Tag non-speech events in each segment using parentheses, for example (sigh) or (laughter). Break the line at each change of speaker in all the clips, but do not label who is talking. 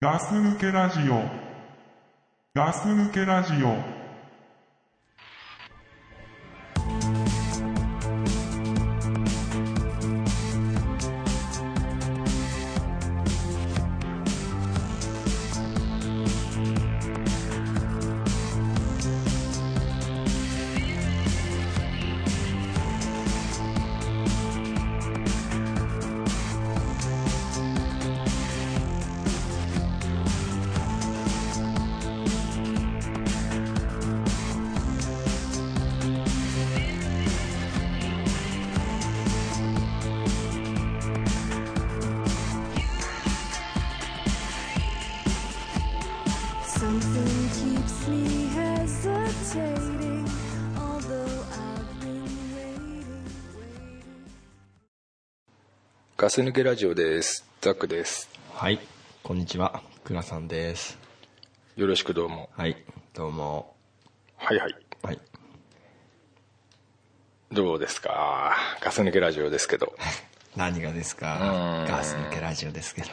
ガス抜けラジオ。ガス抜けラジオ。
Something keeps me hesitating, although I've been waiting, waiting.
ガス抜けラジオです。ザックです。
はい、こんにちは、くらさんです。
よろしくどうも。
はい、どうも。
はいはい。
はい。
どうですかガス抜けラジオですけど。
何がです
うー
か
ん
ガス抜けラジオですけど。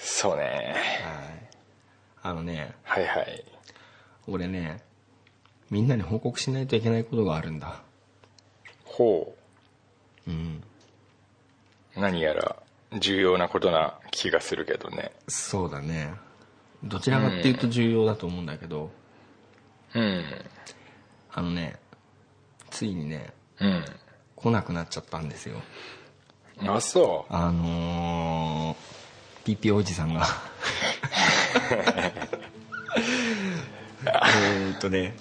そうね。
あのね、
はいはい。
俺ね、みんなに報告しないといけないことがあるんだ。
ほ
うん。
う。何やら重要なことな気がするけどね。
そうだね。どちらかっていうと重要だと思うんだけど、
うん。
あのね、ついにね、
う
来なくなっちゃったんですよ。
ん。あ、そ。
あのー、ピーピーおじさんがえーっとね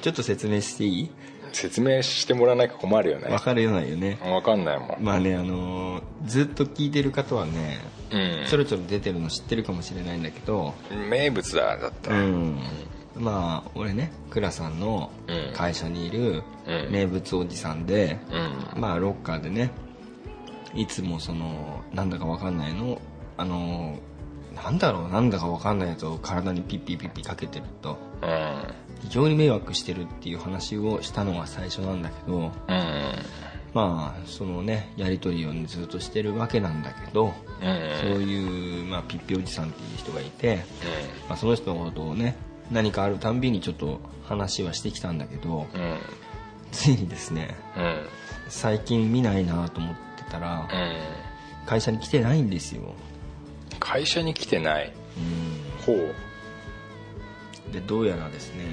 ちょっと説明していいう
説明してもらわなきゃ困るよね
わ。かるようないよね
わかんないもん。
まあねあのーずっと聞いてる方はね
うん
ちょろちょろ出てるの知ってるかもしれないんだけど
名物だ、だって。
うんまあ俺ね倉さんの
うん
会社にいる
うん
名物おじさんで、
うん。
まあロッカーでねいつもそのなんだかわかんないのあのなんだろうなんだかわかんないやつを体にピッピッピッピかけてると
うん。
非常に迷惑してるっていう話をしたのが最初なんだけど
うん。
まあそのねやり取りをねずっとしてるわけなんだけど
うん。うん
そういう、まあ、ピッピおじさんっていう人がいて、まあ、その人のことをね何かあるたんびにちょっと話はしてきたんだけど
うん。
ついにですね
うん。
最近見ないなと思ってたら、
うん。
会社に来てないんですよ
会社に来てない。ほう。
でどうやらですね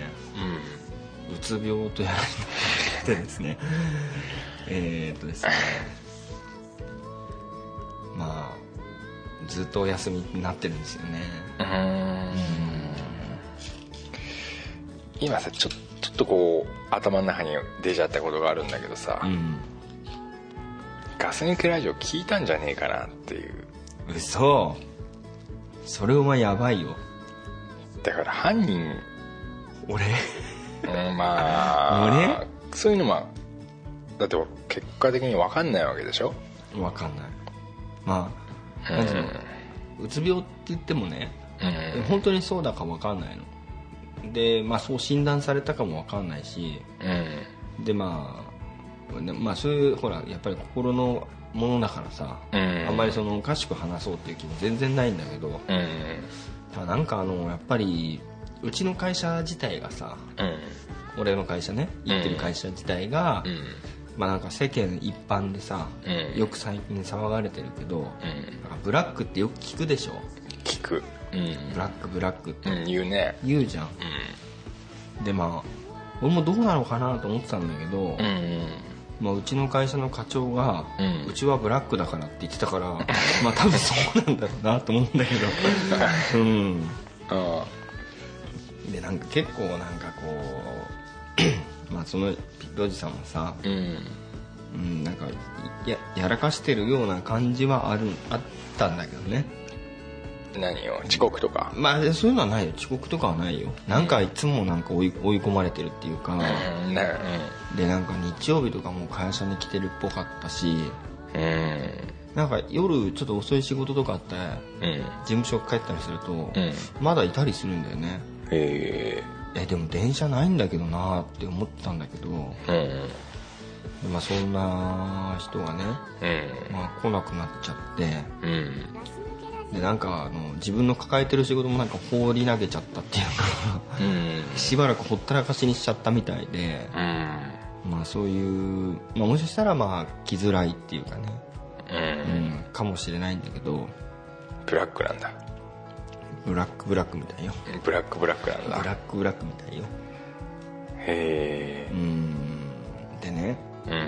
うん。
うつ病とやられてですね (laughs) えーっとですねまあずっとお休みになってるんですよね
うーん今さちょちょっとこう頭の中に出ちゃったことがあるんだけどさ、
うん
ガス抜けラジオ聞いたんじゃねえかなっていう
嘘それお前やばいよ
だから犯人、 (laughs)
俺
うん、まあ
あ
そういうのはだって結果的に分かんないわけでしょ
わかんないまあ何ていうのうつ病って言ってもね
うん
本当にそうだかわかんないのでまあそう診断されたかもわかんないし
うん
でまあ、ねまあ、そういうほらやっぱり心のものだからさ、
うん
あんまりそのおかしく話そうっていう気も全然ないんだけど
うん
ただなんかあのやっぱりうちの会社自体がさ
うん
俺の会社ね行ってる会社自体が、
うん
まあなんか世間一般でさ、
うん
よく最近騒がれてるけど、
うん
なんかブラックってよく聞くでしょ
聞くうん
ブラックブラックって
うん言うね
言うじゃん、でまあ俺もどうなのかなと思ってたんだけど、
うんうん
まあ、うちの会社の課長が、
う
うんちはブラックだからって言ってたから (laughs) まあ多分そうなんだろうなと思うんだけど (laughs) うん
あ
でなんか結構なんかこう (clears throat) まあそのピットおじさんはさ、
ーうん
うん、なんかややらかしてるような感じはあるあったんだけどね
何を遅刻とか
まあそういうのはないよ遅刻とかはないよなんかいつもなんか追い追い込まれてるっていうか
うんね
でなんか日曜日とかも会社に来てるっぽかったし
うん
なんか夜ちょっと遅い仕事とかあって
うん
事務所帰ったりすると、
ん
まだいたりするんだよね
へ
えでも電車ないんだけどなーって思ってたんだけど、
えうん
まあ、そんな人がね、
うん
まあ、来なくなっちゃって
うん
でなんかあの自分の抱えてる仕事もなんか放り投げちゃったっていうか (laughs)
うん
しばらくほったらかしにしちゃったみたいで、
うん
まあ、そういう、まあ、もしかしたらまあ来づらいっていうかね、
うん
うん、かもしれないんだけど
ブラックなんだ
ブラックブラックみたいよ
ブラックブラックなん
ブ
だ
ラックブラックみたいよ
へ
うんでね、
えうん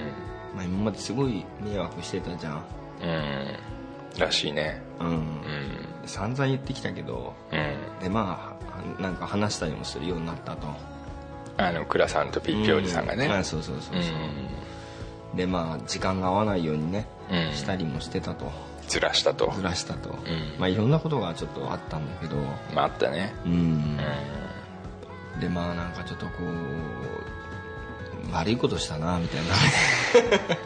まあ、今まですごい迷惑してたじゃん
うんらしいね
うん
うん
散々言ってきたけど
うん
でまあはなんか話したりもするようになったと
あの倉さんとピッピおじさんがね
うあそうそうそうそう、
う
でまあ時間が合わないようにね、
うん
したりもしてたと
んずらしたと
ずらしたと、
ん
まあいろんなことがちょっとあったんだけど
まああったね
うん
う
でまあなんかちょっとこう悪いことしたなみた
(laughs)
いな
ん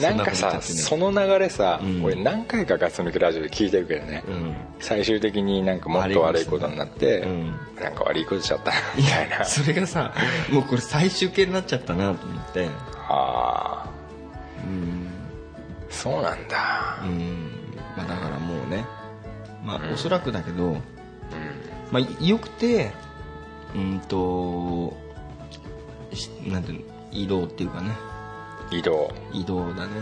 なんかさ
そ
そ
ん
の流れさ
うん
俺何回かガス抜きラジオで聞いてるけどね
うん
最終的になんかもっと悪いことになって
うん
なんか悪いことしちゃったなみたいな
それがさもうこれ最終形になっちゃったなと思って
ああ
うん
そうなんだ
うんまあだからもうねまあおそらくだけど、まあよくてうんとしなんていうの移動っていうかね
移動
移動だね、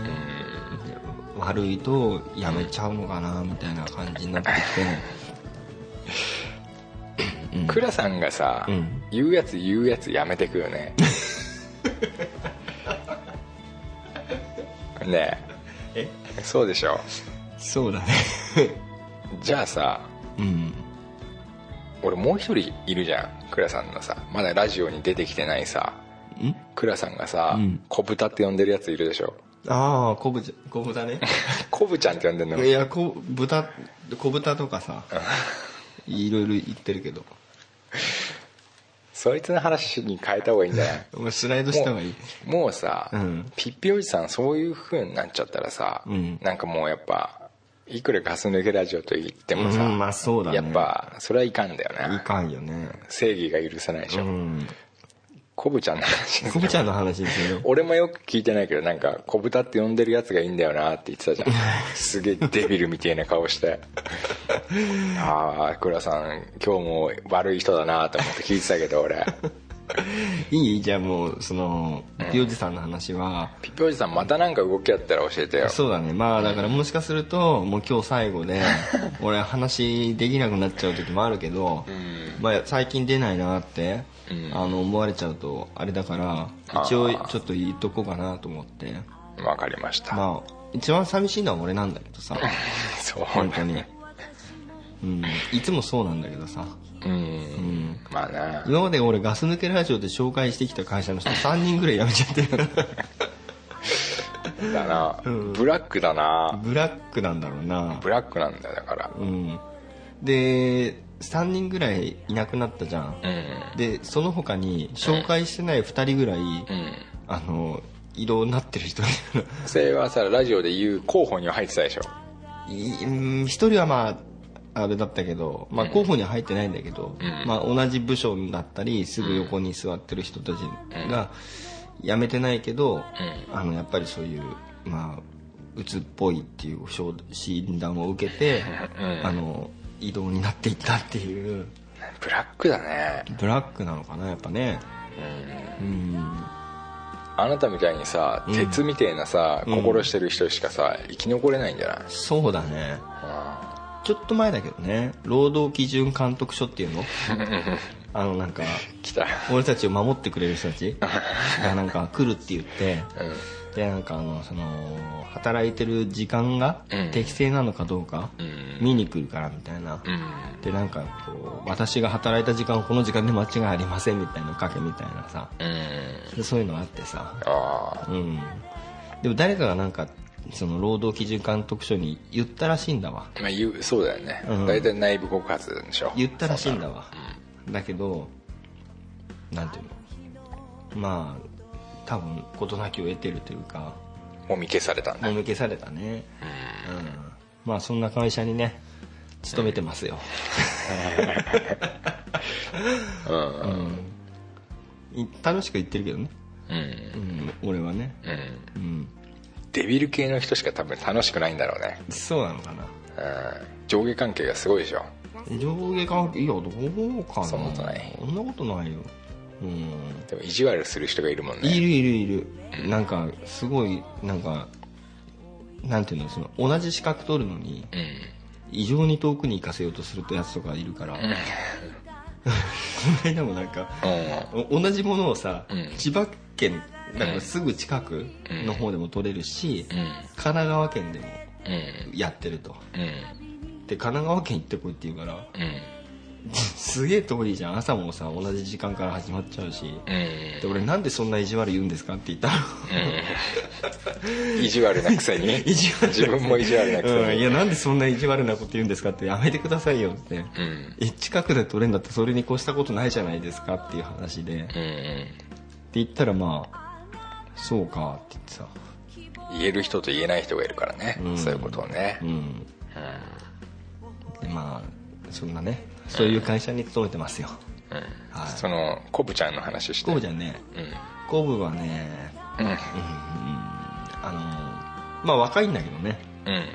悪いとやめちゃうのかなみたいな感じになってきて、うん、
倉さんがさ
うん
言うやつ言うやつやめてくよね (laughs) ねえ
え
そうでしょ
そうだね
じゃあさ
うん
俺もう一人いるじゃん倉さんのさまだラジオに出てきてないさ
ん
倉さんがさ
うん
「小豚」って呼んでるやついるでしょ
ああこぶじこぶだね
小豚ちゃんって呼んでんの
いやこ豚小豚とかさいろいろ言ってるけど
そいつの話に変えた方がいいんじゃない
お前スライドした方がいい
もうさ、
うん
ピッピおじさんそういう風になっちゃったらさ、
うん
なんかもうやっぱいくらガス抜けラジオと言ってもさ、
うんまあそうだね
やっぱそれはいかんだよ
い
ね
かんよね
正義が許せないでしょ、
うん
コブちゃんの話
こぶちゃん
の
の話ですよ
俺もよく聞いてないけどなんか「小豚って呼んでるやつがいいんだよな」って言ってた
(laughs)
じゃんすげえデビルみたいな顔してああ倉さん今日も悪い人だなと思って聞いてたけど俺
いいじゃあもうそのリおじさんの話は、
ピッピおじさんまたなんか動きあったら教えてよ
そうだねまあだからもしかするともう今日最後 (laughs) で俺話できなくなっちゃう時もあるけど、まあ、最近出ないなって、
うん
あの思われちゃうとあれだから一応ちょっと言っとこうかなと思って
わかりました、
まあ一番寂しいのは俺なんだけど (laughs) さ
そう
本当に、うん、いつもそうなんだけどさ
うん、まあな
今まで俺ガス抜けラジオで紹介してきた会社の人3人ぐらい辞めちゃって
(laughs)
る
だな、ブラックだな
ブラックなんだろうな
ブラックなんだよだから
うん、で3人ぐらいいなくなったじゃん、
うん
でその他に紹介してない2人ぐらい、
うん
あの移動になってる人
それはさラジオで言う候補には入ってたでしょ
1人はまああれだったけど、まあ、候補には入ってないんだけど、
ん
まあ、同じ部署だったりすぐ横に座ってる人たちが辞めてないけど、あのやっぱりそういうまあうつっぽいっていう症診断を受けて、あの移動になっていったっていう。
ブラックだね
ブラックなのかなやっぱねうん
あなたみたいにさ鉄みてえなさ、心してる人しかさ生き残れないんじゃない、
そうだね
あ
ちょっと前だけどね労働基準監督署っていうのあのなんか
ー来た
俺たちを守ってくれる人たちがなんか来るって言って、でなんかあのその働いてる時間が
うん
適正なのかどうか、
うん
見に来るからみたいな、
うん
でなんかこう私が働いた時間この時間で間違いありませんみたいなのかけみたいなさ
うん
でそういうのあってさ
あ
うん、でも誰かがなんかその労働基準監督署に言ったらしいんだわ
あまあ言うそうだよね
うん
大体、内部告発でしょ
言ったらしいんだわだけどなんていうのまあ多分事なきを得てるというか
もみ消されたんだ
もみ消されたねうんまあそんな会社にね勤めてますよ
うんうん
い楽しく言ってるけどね、
うん
うん、俺はね、うん、
デビル系の人しか多分楽しくないんだろうね
そうなのか
う
な
ん、上下関係がすごいでしょ
上下関係いやどうかな
そんなことない
そんなことないようん
でも意地悪する人がいるもんね
いるいるいる、なんかすごいなんかなんていうのその同じ資格取るのに
うん
異常に遠くに行かせようとするやつとかいるから、 (laughs) この間もなんか
うん
お同じものをさ、
うん
千葉県だからすぐ近くの方でも取れるし、
うん
神奈川県でも
うん
やってると
うん
で神奈川県行ってこいって言うから
うん
すげえ遠いじゃん朝もさ同じ時間から始まっちゃうし、
うん
で俺なんでそんな意地悪言うんですかって言ったら
意地悪なくせに
(laughs) 意地悪なくせ
自分も意地悪なく
うん、
せ
い
に
やなんでそんな意地悪なこと言うんですかってやめてくださいよって、
うん
え近くで取れんだってそれに越したことないじゃないですかっていう話で、って
うん
言ったらまあそうかって言ってさ
言える人と言えない人がいるからね、
うん
そういうことをね
う、んでまあそんなねそういう会社に勤めてますよ
うん
はい
そのコブちゃんの話して
コブじゃんね
うん
コブはね
う
あのまあ若いんだけどね
んうん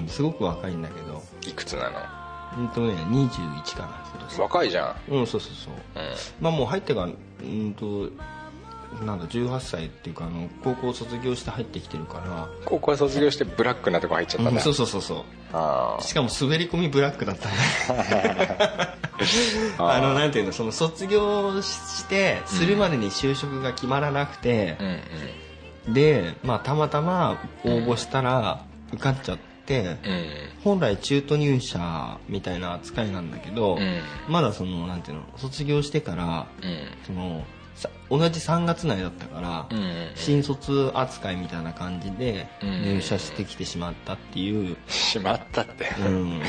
うんすごく若いんだけど
いくつな
うんとね21かな今年
の若いじゃ
うんそうそうそう
うん
まあもう入ってからうんとなんだ18歳っていうかあの高校卒業して入ってきてるから
高校卒業してブラックなとこ入っちゃったんだ、
そうそうそうそ
あ
うしかも滑り込みブラックだったね
(laughs) あ
あのなんていうのその卒業ししてするまでに就職が決まらなくて
ーう、んうん
で、まあ、たまたま応募したら受かっちゃって、
うん
本来中途入社みたいな扱いなんだけど、
うん
まだそのなんていうの卒業してから
うん
そのさ同じ3月内だったから、
うんうん
新卒扱いみたいな感じで
うん
入社してきてしまったっていう、
しまったって
うんま
うんうん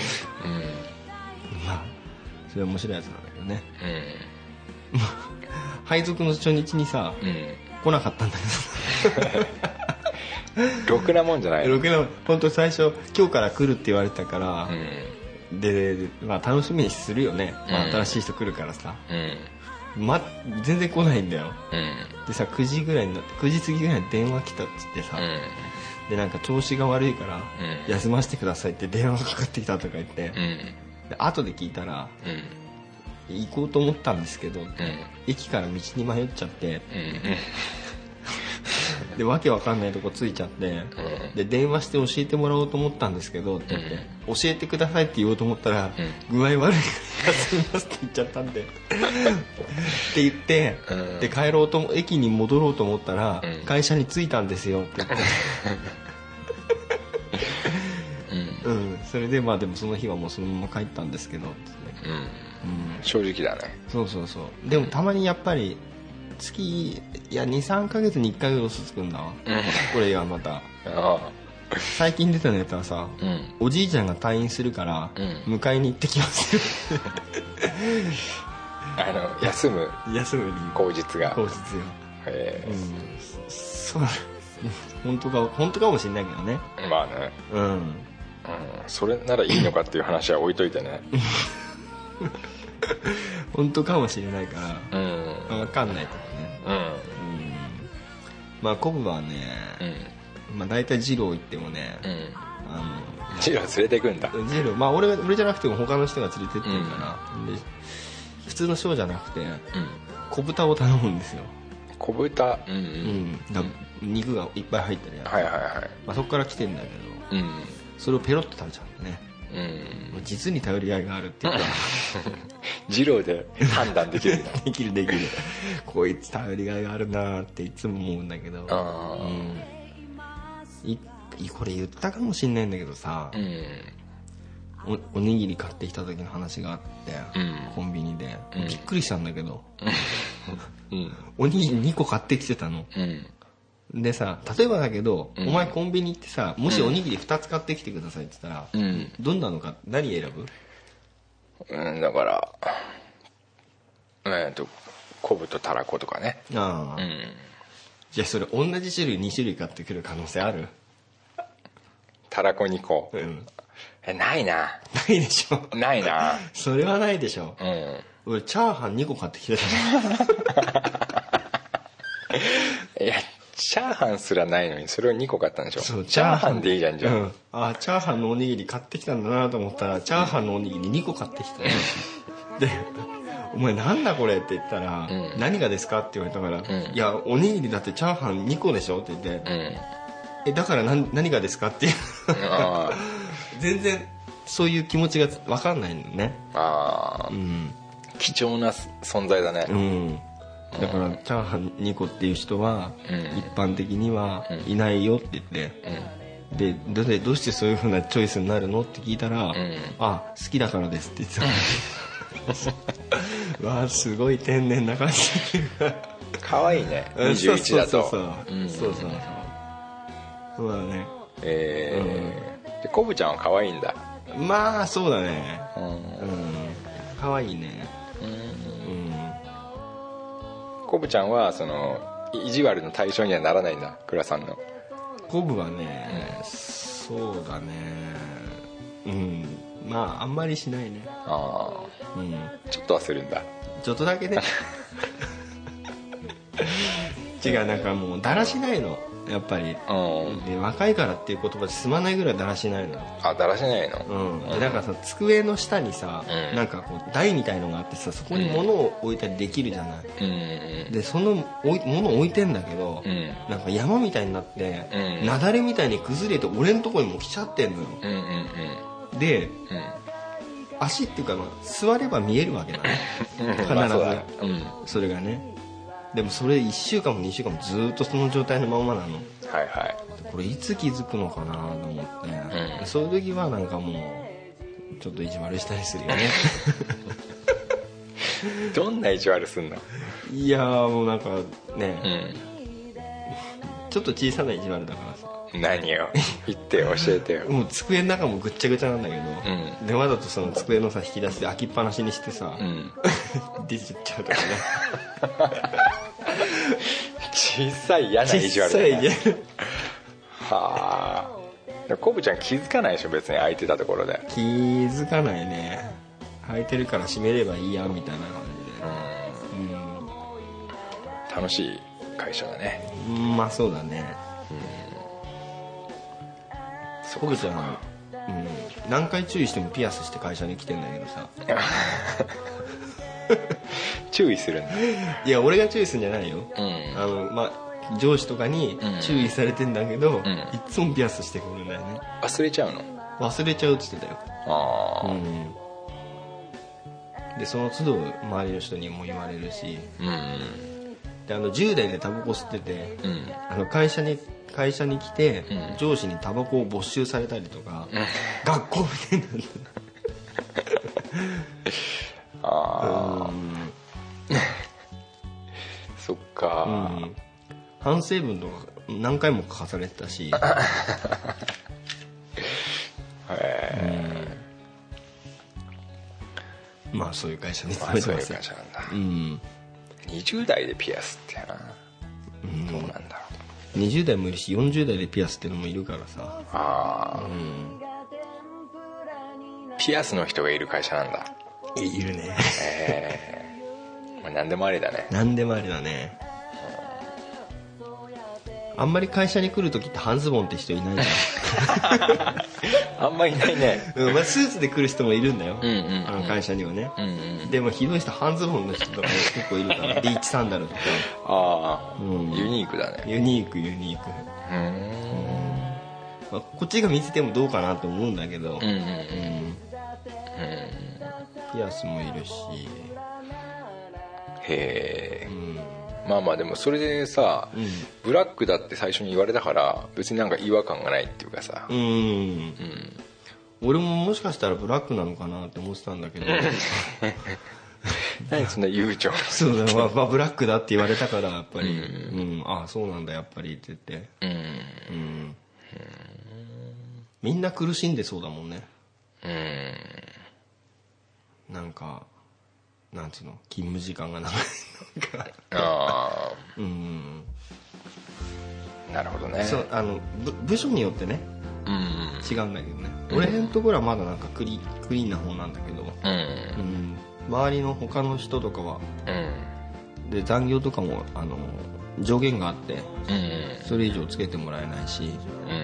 あそれは面白いやつなんだけどね配属の初日にさ、
うん
来なかったんだ
ろくなもんじゃな
け
い
ど
の
僕の本当最初今日から来るって言われたから
う、ん
で、まあ、楽しみにするよね、まあ
うん
新しい人来るからさ、
うん
ま、全然来ないんだよ
うん
でさ9時ぐらいになって9時過ぎぐらいに電話来たっつってさ、
うん
でなんか調子が悪いから、
うん
休ませてくださいって電話がかかってきたとか言って、
うん
で後で聞いたら
うん
行こうと思ったんですけど、
うん
駅から道に迷っちゃって
うん
でわけわかんないとこ着いちゃって、
ん
で電話して教えてもらおうと思ったんですけどって言って、教えてくださいって言おうと思ったら、具合悪いから休みますって言っちゃったんでって言って、
うん
で帰ろうとも駅に戻ろうと思ったら、
うん
会社に着いたんですよって言って、
(laughs) うん
うん、それでまあでもその日はもうそのまま帰ったんですけどってね
うん
うん
正直だね
そうそうそうでもたまにやっぱり月いや23ヶ月に1回ぐらい嘘つくんだわ、これがまた
あ
最近出たネタはさ、
あうん
おじいちゃんが退院するから、
うん
迎えに行ってきますよ (laughs)
あの休む
休む理由
口実が
口実よ
え
うんそう (laughs) 本当か本当かもしれないけどね
ーまあね
うん
うんそれならいいのかっていう話は置いといてね
本当かもしれないか
うん
ら分かんないけどね
うん
まあコブはね、
うん
まあ、大体二郎行ってもね、
うん
あの
ジロー連れてくんだ
ジェルまあ俺が俺じゃなくても他の人が連れてってるから、で普通のショーじゃなくて
うん
小豚を頼むんですよ、
小豚うんう
うんん、だ肉がいっぱい入ってるやつ、
はいはいは
まあ、そこから来てんだけど
いうん
それをペロッと食べちゃうんだね
うん
もう実に頼り合いがあるっていうか
ジローで判断できるんだ (laughs)
できるできるこいつ頼りがいがあるなーっていつも思うんだけど
あ
う
あ
んいいこれ言ったかもしんないんだけどさ
う、ん
おおにぎり買ってきた時の話があって、
うん
コンビニで、
うん
びっくりしたんだけど、
うん
おにぎり2個買ってきてたの
うん
でさ例えばだけど、
うん
お前コンビニ行ってさもしおにぎり2つ買ってきてくださいって言ったら、
うん
どんなのか何選ぶ
うんだからえっと昆布とたらことかね
ああ、
うん
じゃあそれ同じ種類2種類買ってくる可能性ある
たらこ2個
うん
えないな
ないでしょ
ないな
それはないでしょ
うん
俺チャーハン2個買ってきてたの
いや、チチャーハンすらないの (laughs) にそれを2個買ったんでしょ
そう
チャーハンでいいじゃんじゃ、
うんん、あチャーハンのおにぎり買ってきたんだなと思ったらチャーハンのおにぎり2個買ってきたよで「お前なんだこれ」って言ったら「
うん
何がですか?」って言われたから「
うん
いやおにぎりだってチャーハン2個でしょ」って言って
うん
「えだから何何がですか?」
(laughs)
っていう
あ
全然そういう気持ちが分かんないのね
ーあ
う
ー
ん、
貴重な存在だね
うん、だからチャーハン2個っていう人は
うん
一般的には
うん
いないよって言って、
うん
でどうでどうしてそういうふうなチョイスになるのって聞いたら「
ん
あ好きだからです」って言って
(laughs)
たわあすごい天然な感じ
可愛いね
うん
21だ
そう
と
そうそう,、
ん
そうそうそうだね
えーでコブちゃんは可愛いんだ
まあそうだね
うん
うん可愛いねうん
コブちゃんはそのい意地悪の対象にはならないんだ倉さんの
コブはね、そうだねうんまああんまりしないね
ああ
うん
ちょっとはするんだ
ちょっとだけ
(laughs)
ね違うなんかもうだらしないのやっぱり、
うん
で若いからっていう言葉で済まないぐらいだらしないの
あだらしないの
うん、でなんかさ机の下にさ、
うん
なんかこう台みたいのがあってさそこに物を置いたりできるじゃない、
うん
でその置い物を置いてんだけど、
うん
なんか山みたいになって、
うん
雪崩みたいに崩れて俺んとこにも来ちゃってんのよ
うんうんうん
で
うん
足っていうか、まあ、座れば見えるわけ
(laughs)
だね
うん
必ず、
まあそうだねうん
それがねでもそれ1週間も2週間もずーっとその状態のまんまなの
はいはい
これいつ気づくのかなと思って、
うん
そういう時はなんかもうちょっと意地悪したりする
(laughs)
よね
どんな意地悪すんの
いやーもうなんかね、
う
ちょっと小さな意地悪だからさ
ん何を言ってよ教えてよ
もう机の中もぐっちゃぐちゃなんだけど、
う
でわざとその机のさ引き出しで開きっぱなしにしてさ、
うん
(laughs) 出てっちゃう
(laughs)
とかね
小さい嫌な意地
小
悪だ
さ
ね
い家
はあコブちゃん気づかないでしょ別に空いてたところで
気づかないね履いてるから閉めればいいやみたいな感じで
楽しい会社だね
うん、まあそうだね
そ
コ
こ
ブちゃん、うん、何回注意してもピアスして会社に来てんだけど
(laughs)
さ
注意するんだ
いや俺が注意するんじゃないよ、
うん
あのまあ上司とかに
うん
注意されてんだけ
ん
ど、いっつもピアスしてくるんだよね
忘れちゃうの
忘れちゃうって言ってたよ
ああ
うんでその都度周りの人にも言われるし
うん
であの10代でタバコ吸ってて
うんうん
あの会社に会社に来て、
うん
上司にタバコを没収されたりとか、学校みたいになって
ああ
た、
そっ
う
か
ん反省文とか何回も書かされてたし
(laughs) へ
まあそういう会社
え
に
ま
勤
あそうい
めてま
う
すよ
会社なんだ
うん
20代でピアスってなどうなんだろ
20代もいるし40代でピアスってのもいるからさ
うああピアスの人がいる会社なんだ
いるね
まあ何でもありだね
何でもありだねあんまり会社に来る時って半ズボンって人いないじ
あんまいないね
ゃん、うんまあ、スーツで来る人もいるんだよ、
うんうんうん
あの会社にはね、
うんうん
でもひどい人半ズボンの人とかも結構いるから
(laughs)
ビーチサンダルとか
ああ
うん
ユニークだね
ユニークユニーク、まあ、こっちが見せてもどうかなと思うんだけど、
うんうん
う
う
ん
ん
ピアスもいるし
へえ
うん
まあまあでもそれでさ、
うん
ブラックだって最初に言われたから別になんか違和感がないっていうかさ、
うん
うん
俺ももしかしたらブラックなのかなって思ってたんだけど
何そんな悠長
(laughs) そうだ、まあ、まあブラックだって言われたからやっぱり、うんああそうなんだやっぱりって言って、
うん
うん、みんな苦しんでそうだもんね
うん
なんかなんつうの勤務時間が長いのか
あ
う
あ
ん
なるほどね
そうあのぶ部署によってね
うん
違うんだけどね俺のところはまだなんかクリクリーンな方なんだけど、
うん
うん、周りの他の人とかは
うん
で残業とかもあの上限があって
うん
それ以上つけてもらえないし、
うんうん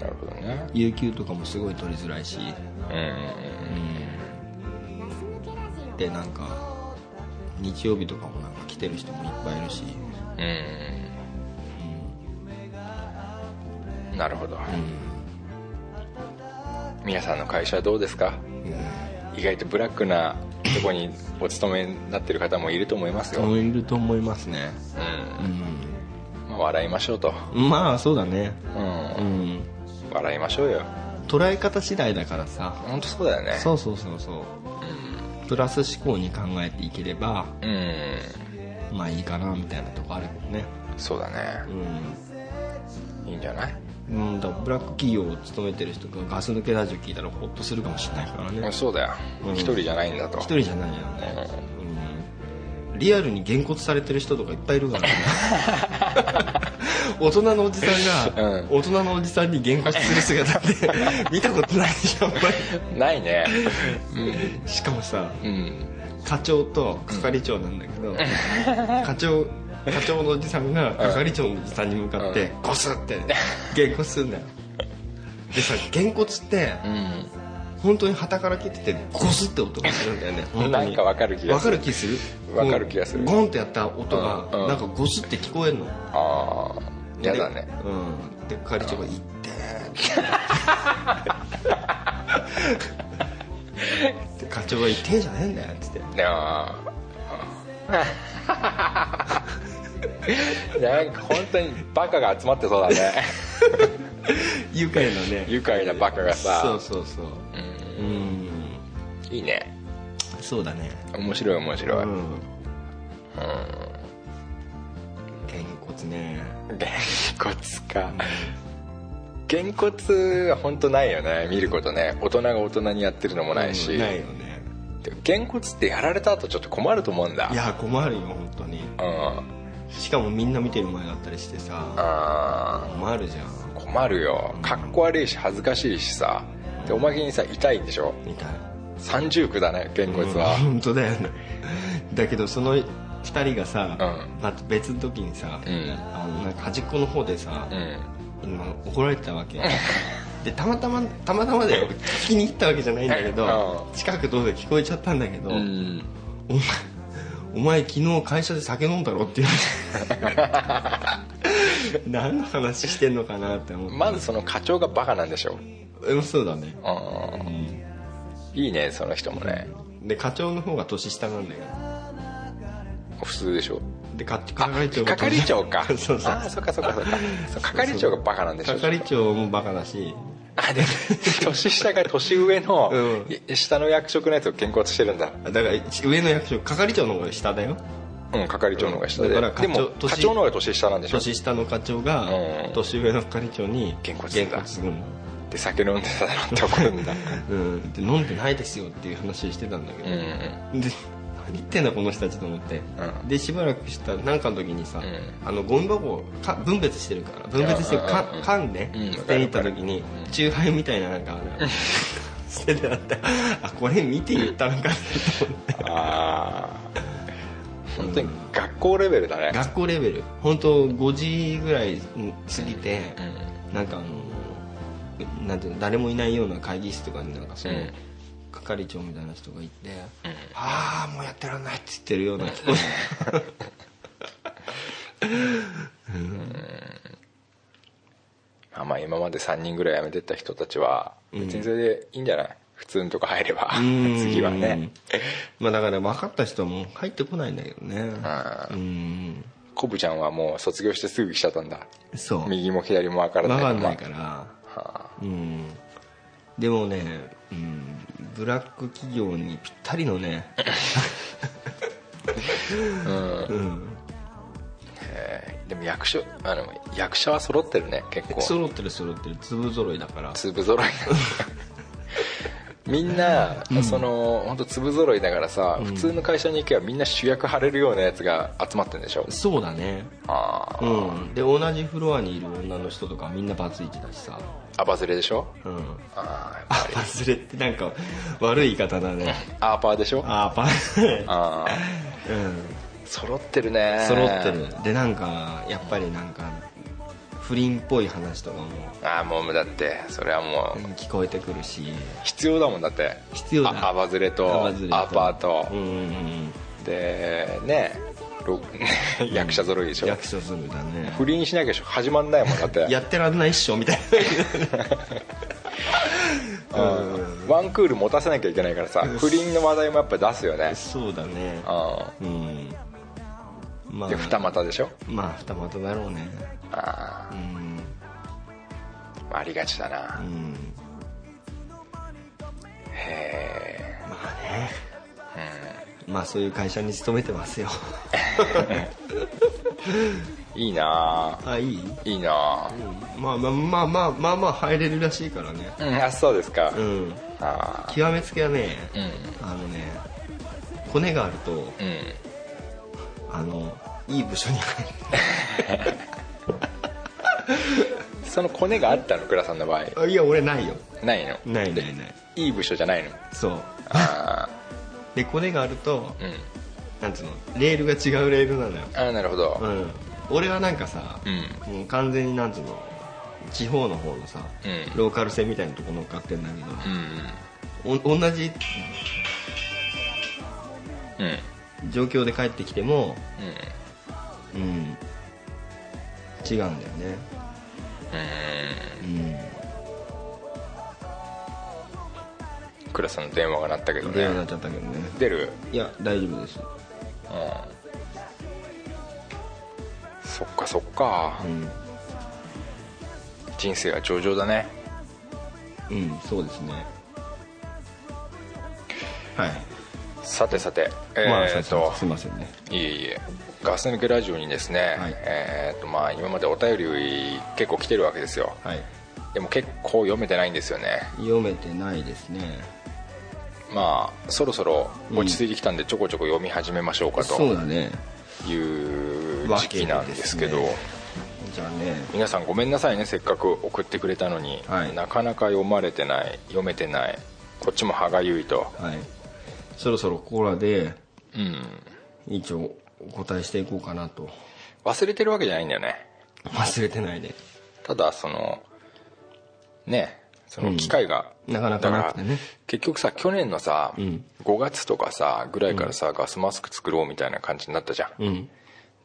なるほどね
有給とかもすごい取りづらいし
うん
でなんか日曜日とかもなんか来てる人もいっぱいいるし
うんなるほど皆さんの会社はどうですか意外とブラックなとこにお勤めになってる方もいると思いますよ、うん
いると思いますね
まあ、笑いましょうと、
まあそうだね
うん
うん
笑いましょうよ
捉え方次第だからさ
本当そうだよね
そうそうそうそうプラス思考に考えていければ
うん
まあいいかなみたいなとこあるけどね
そうだねいいんじゃない
うん、うん、だからブラック企業を勤めてる人がガス抜けラジオ聞いたらホッとするかもしれないからね
そうだよ
うん
一人じゃないんだと
一人じゃないよね、うん、リアルにげんこつされてる人とかいっぱいいるからね大人のおじさんが、
うん
大人のおじさんにげんこつする姿って見たことないでしょあんま
ない (laughs) ね
りしかもさ
うん
課長と係長なんだけど、課長課長のおじさんが係長のおじさんに向かってゴスってげんこつすんだよでさげんこつって
うん
本当に旗から切っててゴスって音がするんだよね本当に
なんかわかる気が
わ
す
か
る
る気する
わかる気がする
ゴンってやった音が
うんうん
なんかゴスって聞こえんの
ああ嫌だね
でうんで係長が「行
(laughs)
ってー」で課長が「行ってんじゃねえんだよ」っつって
いやー (laughs) なんか本当にバカが集まってそうだね
愉快なね
愉快なバカがさ
そうそうそううん
いいね
そうだね
面白い面白い、
うんげんこつね
げんこつかげんこつは本当ないよね見ることね大人が大人にやってるのもないし、
うんないよね
でもげんこつってやられた後ちょっと困ると思うんだ
いや困るよ本当に
うん
しかもみんな見てる前だったりしてさ
あ
困るじゃん
ー困るよかっこ悪いし恥ずかしいしさでおまけにさ痛いんでしょ
みたいな
三重苦だねげんこつは
うん (laughs) 本当だよねだけどその2人がさ、
う
また別の時にさ、
うん
あのなんか端っこの方でさ
う、ん
今怒られてたわけでたまたまたまたまだよ聞きに行ったわけじゃないんだけど、
う
近くどうで聞こえちゃったんだけど、
うん
お前お前昨日会社で酒飲んだろって言わ
(laughs)
れて何の話してんのかなって思って
まずその課長がバカなんでしょ
うんそうだね、
うんいいねその人もね
で課長の方が年下なんだけど
普通でしょ
で課長
あ
係長が
係長か
(laughs) そうそう
あーそっかそっかそっかそう係長がバカなんでしょ
係長もバカだし
あ
(laughs)
で年下が年上の、
う
下の役職のやつを健康してるんだ
だから上の役職係長の方が下だよ
うん係長の方が下で、
だから課
で
長
も
年
課長の方が年下なんでしょ
年下の課長が
うん
年上の係長に
げんこつすんだ
するの
で酒飲んでたらって怒るんだ
うんで飲んでないですよっていう話をしてたんだけ
う
ど
んうん
で何言ってんだこの人たちと思って
う
でしばらくしたら何かの時にさ
う
あのゴミ箱をか分別してるから分別してる
う
か
んうんうん
缶ね
うん
捨てに行った時にチューハイみたいななんかあ
(laughs)
の捨ててあってあこれ見て言ったのかなと思って
ああ本当に学校レベルだね
学校レベル本当5時ぐらい過ぎて、なんかあのなんていうの誰もいないような会議室とかになんかその、
うん
係長みたいな人がいて「ああもうやってらんない」って言ってるような聞こ
まあまあ今まで3人ぐらい辞めてった人たちは別にそれでいいんじゃない、普通のとこ入れば
えうん
(laughs) 次はね
まあだから分かった人はもう入ってこないんだけどね
う
うん
コブちゃんはもう卒業してすぐ来ちゃったんだ
そう
右も左も分からな
分
い
かんない
ま
から
あは
うんでもね、うん、ブラック企業にぴったりのねうん
あえーでも役所あの役者は揃ってるね結構
揃ってる揃ってる粒揃いだから
粒揃い
(laughs)
みんな、その本当粒揃いだからさ、普通の会社に行けばみんな主役張れるようなやつが集まってるんでしょ
そうだね
あ
うんで同じフロアにいる女の人とかみんなバツイチだしさ
あアバズレでしょ
うん
あーやっ
あバズレってなんか悪い言い方だね
ぱアーパーでしょ
あーバ
ああ
うん
揃ってるね
揃ってるでなんかやっぱりなんか不倫っぽい話とかも
ああもうだってそれはも
うん
う
聞こえてくるし
必要だもんだって
必要だ
あアバズレと
アバズレと
アパート、
うんうんうん
でねろ役者揃いでしょ
役所するだね
不倫しなきゃ始まんないもんだって
(laughs) やってらんないっしょみたい
うんワンクール持たせなきゃいけないからさ不倫の話題もやっぱ出すよね
なそうだね
う
うんま
んで二股でしょ
まあ二股だろうね
あ
う
ー
ん
ありがちだな
うん
へ
まあねまあそういう会社に勤めてますよ
えいいな
(laughs) あいい
いいな
まあまあまあまあまあまあ入れるらしいからね
うんあそうですか
うん
あ
極めつけはね
ー
あのね骨があると
うんうん
あのいい部署に入る (laughs)
そのコネがあったの倉さんの場合
あいや俺ないよ
ないの
ないないない
いい部署じゃ
(laughs)
ないの
そう
あ
で骨があると
ーうん
なんつうのレールが違うレールなのよ
あーなるほ
う
ど
ん俺はなんかさ
う、ん
もう完全になんつうの地方の方のさ、
うん
ローカル線みたいなとこ乗っかってんだ
う
け
ん
ど、お同じ
うん
状況で帰ってきても
うん
うん違うんだよねうん
倉さんの電話が鳴ったけど
電話になっ
ね
ちゃったけどね
出る
いや大丈夫です
そっかそっか
うん、
人生は上々だね
うん、そうですねはい、
さてさてえ
まあ
ー
さ
っと
すいませんね
いえいえガス抜けラジオにですね、
はい
えーっとまあ今までお便り結構来てるわけですよ
はい
でも結構読めてないんですよね
読めてないですね
まあそろそろ落ち着いてきたんでちょこちょこ読み始めましょうか
そう
と
だね
いう時期なんですけど
わけですねじゃあね
皆さんごめんなさいねせっかく送ってくれたのに、
はい
なかなか読まれてない読めてないこっちも歯がゆいと
はいそろそろここらで
うん
一応お答えしていこうかなと
忘れてるわけじゃないんだよね
忘れてないで
ただそのねそうの
ん
機会が、
なかなかなくてね
だら結局さ去年のさ、
ん
5月とかさぐらいからさ、ガスマスク作ろうみたいな感じになったじゃん、
うん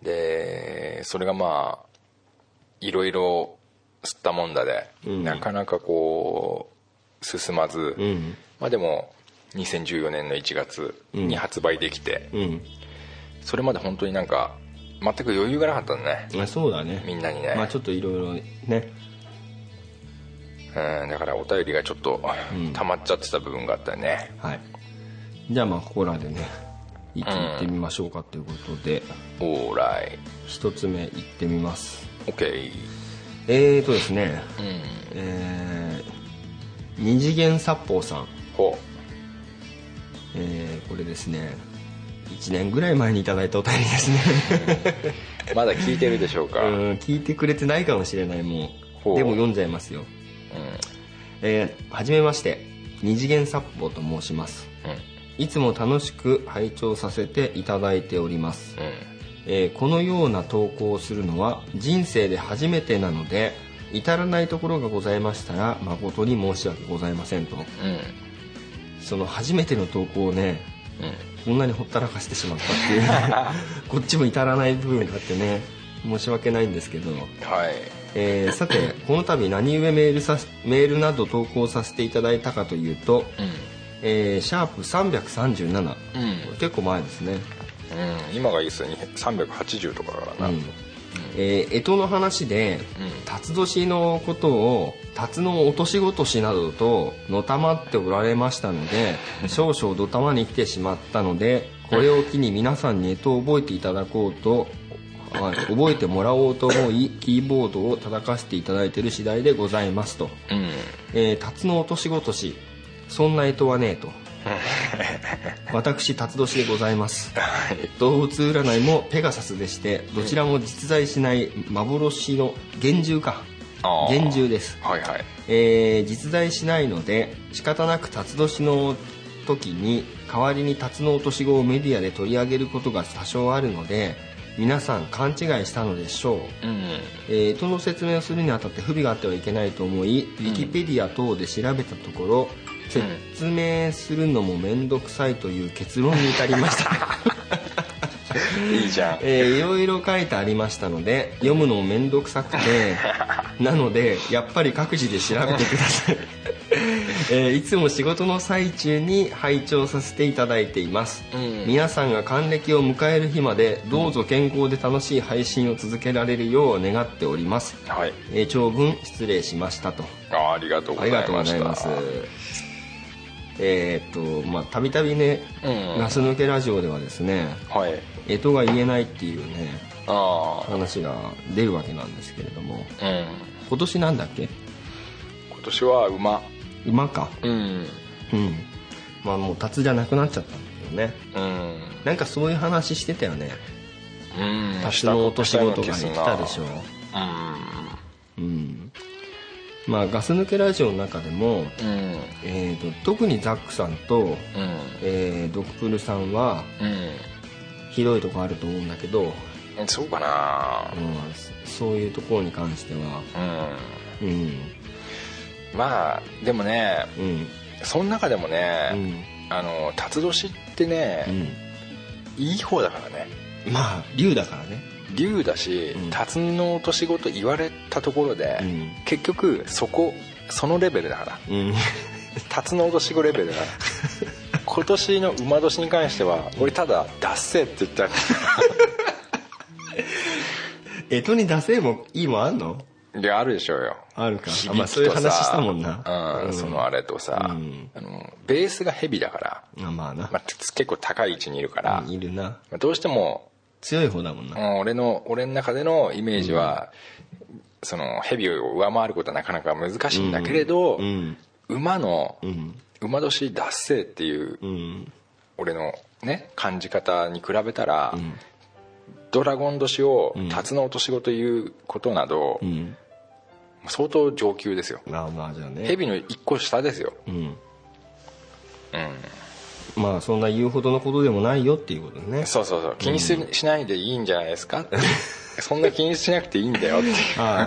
でそれがまあいろいろ吸ったもんだで、
うん
なかなかこう進まず、
うん
まあでも2014年の1月に発売できて、
うん
それまで本当になんか全く余裕がなかったんだね
まあそうだね
みんなにね
まあちょっといろいろね
うんだからお便りがちょっと溜まっちゃってた部分があったよね、
はいじゃあまあここらでね一気に行ってみましょうかということで
オーライ
一つ目行ってみます
オッケー
えーとですね
うん
えー二次元殺法さん
ほ
えーこれですね1年ぐらい前にいただいたお便りですね
うまだ聞いてるでしょう
(laughs) う
か、
ん聞いてくれてないかもしれないも
ほ
う
う
でも読んじゃいますよえーはじめまして二次元殺法と申しますいつも楽しく拝聴させていただいております、
うん
えーこのような投稿をするのは人生で初めてなので至らないところがございましたら誠に申し訳ございませんと
うんうん
その初めての投稿をね
うん
こんなにほったらかしてしまったっていう
(laughs)
こっちも至らない部分があってね申し訳ないんですけど、
はい
えーさてこの度何故メールさしメールなど投稿させていただいたかというと、えーシャープ337、
うん
これ結構前ですね、
うん、うん、今がいいっすよに380とかだからな、
うんえー、干支の話で辰年のことを辰の落としごとしなどとのたまっておられましたの (laughs) で少々どたまに来てしまったのでこれを機に皆さんに干支を覚えていただこうとはい覚えてもらおうと思いキーボードを叩かせていただいている次第でございますと、
うん
えー、辰の落としごとしそんな干支はね
(laughs)
えと私辰年でございます
はい
動物占いもペガサスでしてどちらも実在しない幻の幻獣か
あー
幻獣です、
はいはい
えー実在しないので仕方なく辰年の時に代わりに辰の落とし子をメディアで取り上げることが多少あるので皆さん勘違いしたのでしょう、
うん
えー、との説明をするにあたって不備があってはいけないと思い、ウィキペディア等で調べたところ説明するのも面倒くさいという結論に至り
(laughs)
ました、
いいじゃん
えーいろいろ書いてありましたので読むのも面倒くさくて
(laughs)
なのでやっぱり各自で調べてくださ
(laughs)
い、えーいつも仕事の最中に拝聴させていただいています、
うん
皆さんが還暦を迎える日までどうぞ健康で楽しい配信を続けられるよう願っております、
はい
えー長文失礼しましたと
あーありがとうご
あ
ざい
り
ま
が
した
とうございますえーっとまあたびたびね、
うん
ガス抜けラジオではですね
はい
干支が言えないっていうね
あ
話が出るわけなんですけれども
あうん
今年なんだっけ
今年は馬
馬か
うん
うんまあもう達じゃなくなっちゃったんだけどね
うん
なんかそういう話してたよね
うん
達の落とし子とかに来たでしょ
う
うんまあガス抜けラジオの中でも、
んうん
えー、と特にザックさんと、
うん
えードクプルさんはひどいとこあると思うんだけど、
うんそうかな
うんそそういうところに関しては
うん
うん
まあでもね
うん
その中でも
う
ね、
ん
あの辰年ってね、
う
いい方だからね
んまあ龍だからね
龍だし、
うん
辰の落とし子と言われたところで、
うん
結局そこそのレベルだから
うん (laughs)
辰の落とし子レベ (laughs) ルだから今年の馬年に関しては俺ただ「出せ」って言った
えとに出せもいいもんあんの
であるでしょうよ
あるか
響きとさ
あまあそういう話したもんな
うん
うん
そのあれとさ、
うん
あのベースがヘビだから、
あまあな、
まあ、つ結構高い位置にいるから、
うんいるな
まあどうしても、
強い方だもん
う
なん
俺の俺の中でのイメージは、そのヘビを上回ることはなかなか難しいんだけれど、
うん
馬の、
うん
馬年脱世っていう
うん
俺のね感じ方に比べたら、ドラゴン年を
ん
辰の落とし子ということなど、
うん
相当上級ですよ
まあまあじゃあね
ヘビの一個下ですよ
うんまあそんな言うほどのことでもないよっていうことね
そうそうそう気にする、しないでいいんじゃないですか
(laughs)
そんな気にしなくていいんだよって
は